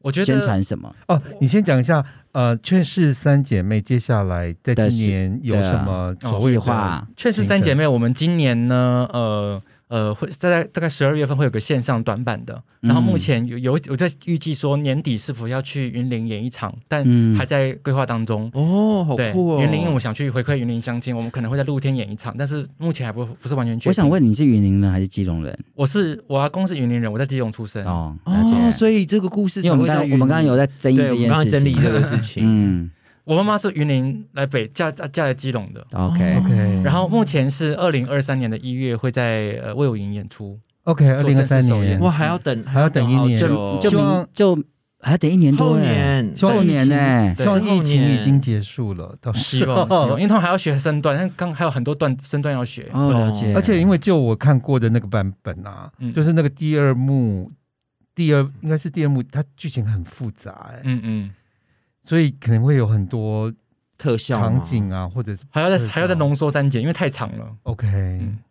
S4: 我觉得
S2: 宣传什么？
S1: 哦，你先讲一下，呃，劝世三姐妹接下来在
S2: 的
S1: 今
S2: 是
S1: 年有
S2: 对啊
S1: 什么所谓
S2: 计
S1: 的
S2: 划？
S4: 确实
S1: 行
S4: 三
S1: 程
S4: 姐妹，我们今年呢，呃呃，会在大概十二月份会有个线上短板的，然后目前有有有在预计说年底是否要去云林演一场，但
S2: 嗯
S4: 还在规划当中。
S3: 哦，好
S4: 对，
S3: 酷哦。
S4: 云林，我想去回馈云林乡亲，我们可能会在露天演一场，但是目前还不不是完全确定。
S2: 我想，问你是云林人还是基隆人？
S4: 我是我阿公是云林人，我在基隆出生，
S2: 哦，了解。
S3: 哦，所以这个故事
S2: 因为我们刚
S3: 才会在
S2: 刚
S3: 云
S2: 我们刚刚有在争议
S3: 对，
S2: 这
S3: 我们
S2: 件
S3: 刚刚
S2: 事
S3: 整理
S2: 情，
S3: 这个事情。
S2: 嗯
S4: 我妈妈是云林来北嫁嫁来基隆的，
S2: ，OK，
S1: 哦 OK，
S4: 嗯然后目前是二零二三年的一月会在呃魏武营演出，
S1: OK，二
S4: 做
S1: 零二
S4: 正
S1: 三
S4: 式首
S1: 年
S4: 演
S3: 哇，还要等，
S1: 还要等一年
S3: 好久
S1: 就
S2: 嗯就
S1: 希望
S2: 明就还要等一年多
S3: 后
S2: 哎，
S3: 年，
S1: 希望
S2: 后
S1: 疫
S2: 年
S1: 情
S2: 呢？
S1: 希望
S3: 对是
S1: 疫
S3: 后
S1: 情
S3: 年
S1: 已经结束了，到
S4: 希
S1: 时
S4: 望， 希望，因
S1: 候。
S4: 为他们还要学身段，但刚还有很多段身段要学。
S2: 哦，了 解。
S1: 而且因为就我看过的那个版本啊，
S4: 嗯
S1: 就是那个第二幕，第二应该是第二幕，它剧情很复杂、哎，
S4: 嗯嗯，
S1: 所以可能会有很多
S3: 特效吗
S1: 场，景啊，或者是
S4: 还要再
S1: 是
S4: 还要再
S1: 吗
S4: 浓缩删减，因为太长了。
S1: OK、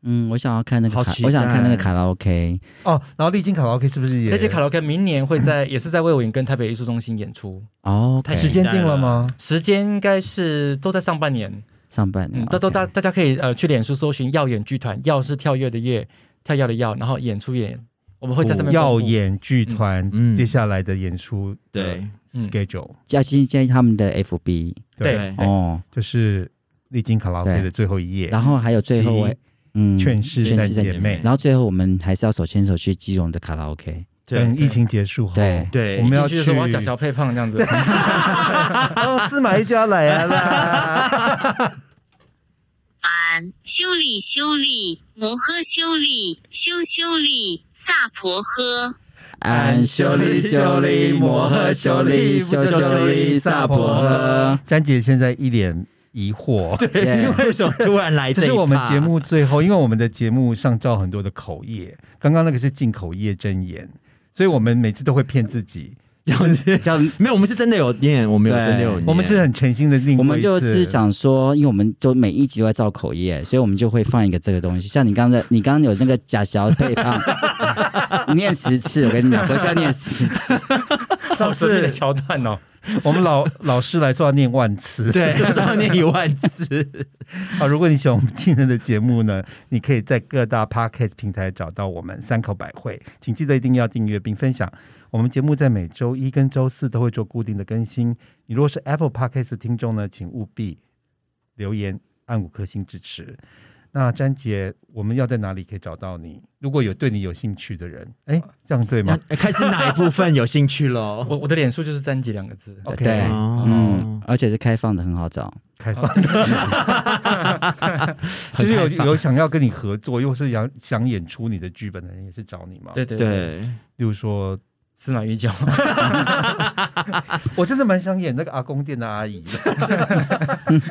S2: 嗯，我想要看那个
S3: 好
S2: 卡
S3: 期，待
S2: 我想看那个卡拉 OK，
S1: 哦，然后丽晶卡拉 OK 是不是也
S4: 而且卡拉 OK 明年会在也是在魏武营跟台北艺术中心演出，
S2: 哦，
S3: 太
S1: 时
S3: 期
S1: 间
S3: 待
S1: 定了
S3: 了
S1: 吗？
S4: 时间应该是都在上半年。
S2: 上半
S4: 嗯
S2: 年，，
S4: 到时候
S2: OK
S4: 大大家可以呃去脸书搜寻耀眼剧团，耀是跳跃的跃，跳跃的耀，然后演出演，我们会在上面
S1: 耀
S4: 公布。
S1: 眼剧团、
S3: 嗯
S1: 接下来的演出的
S3: 对
S1: schedule，、
S2: 要去见他们的 FB
S4: 嗯对对
S2: 哦，
S1: 就是历经卡拉 OK
S2: 对
S1: 的最后一页，
S2: 然后还有最后我
S1: 及
S2: 嗯
S1: 劝世
S2: 劝
S1: 三
S2: 世三
S1: 姐妹，
S2: 然后最后我们还是要手牵手去基隆的卡拉 OK。
S1: 等
S3: 对
S1: 疫情结束后，
S2: 对
S3: 对
S1: 我们要
S4: 进去的时候我要 讲小配胖这样子。
S1: 哦，司马懿就要来了啦。
S5: 晚安，修理利修利摩诃修利修修利萨婆诃。
S2: 安修利修利摩诃修利修修利萨婆诃。
S1: 詹姐现在一脸疑惑，
S2: 耶
S3: 为什么突然来
S1: 这
S3: 一
S1: 是我们
S3: 趴
S1: 节目最后，因为我们的节目上照很多的口业，刚刚那个是进口业真言，所以我们每次都会骗自己，
S2: 叫
S3: 没有，我们是真的有念，我们有
S2: 对
S3: 真的有念，
S1: 我们 是很诚心的另
S2: 我们就是想说，因为我们就每一集都在造口业，所以我们就会放一个这个东西。像你刚才，你刚刚有那个假小配 方，你念十次，我跟你讲，回家念十次。
S1: 上
S4: 好神秘的
S1: 次
S4: 桥段 哦。
S1: 我们 老老师来说要念万次。
S3: 对，有时候念一万字。
S1: 好，如果你喜欢我们今天的节目呢，你可以在各大 podcast 平台找到我们三口百惠，请记得一定要订阅并分享。我们节目在每周一跟周四都会做固定的更新。你如果是 Apple podcast 听众呢，请务必留言按五颗星支持。那詹姐，我们要在哪里可以找到你？如果有对你有兴趣的人，哎，这样对吗？
S3: 那开始哪一部分有兴 趣喽？
S4: 我我的脸书就是“詹姐”两个字。
S1: 哦 OK，
S2: 对，
S3: 哦
S2: 嗯，而且是开放的，很好找。
S1: 开放，哦 就是有有想要跟你合作，又是想想演出你的剧本的人，也是找你吗？
S4: 对对，
S3: 对，
S1: 例如说，
S4: 司马懿教。
S1: 我真的蛮想演那个阿公店的阿姨的。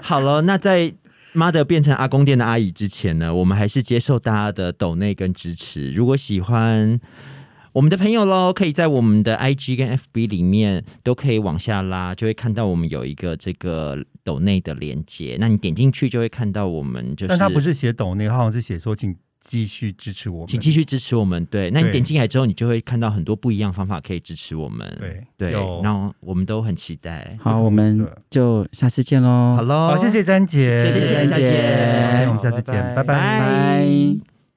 S3: 好了，那在。妈的，变成阿公店的阿姨之前呢，我们还是接受大家的抖内跟支持。如果喜欢我们的朋友喽，可以在我们的 IG 跟 FB 里面都可以往下拉，就会看到我们有一个这个抖内的连接。那你点进去就会看到我们就是，
S1: 但他不是写抖那个，他好像是写说请继续支持我们，
S3: 请继续支持我们。对，那你
S1: 对
S3: 点进来之后，你就会看到很多不一样的方法可以支持我们。
S1: 对
S3: 对
S1: 有，
S3: 然后我们都很期待。
S2: 好，
S1: 不同的
S2: 我们就下次见喽。
S3: 好喽，
S1: 好，谢谢詹姐，
S3: 谢谢詹姐
S1: 好那我们下次见，
S4: 好拜拜
S1: 拜
S2: 拜。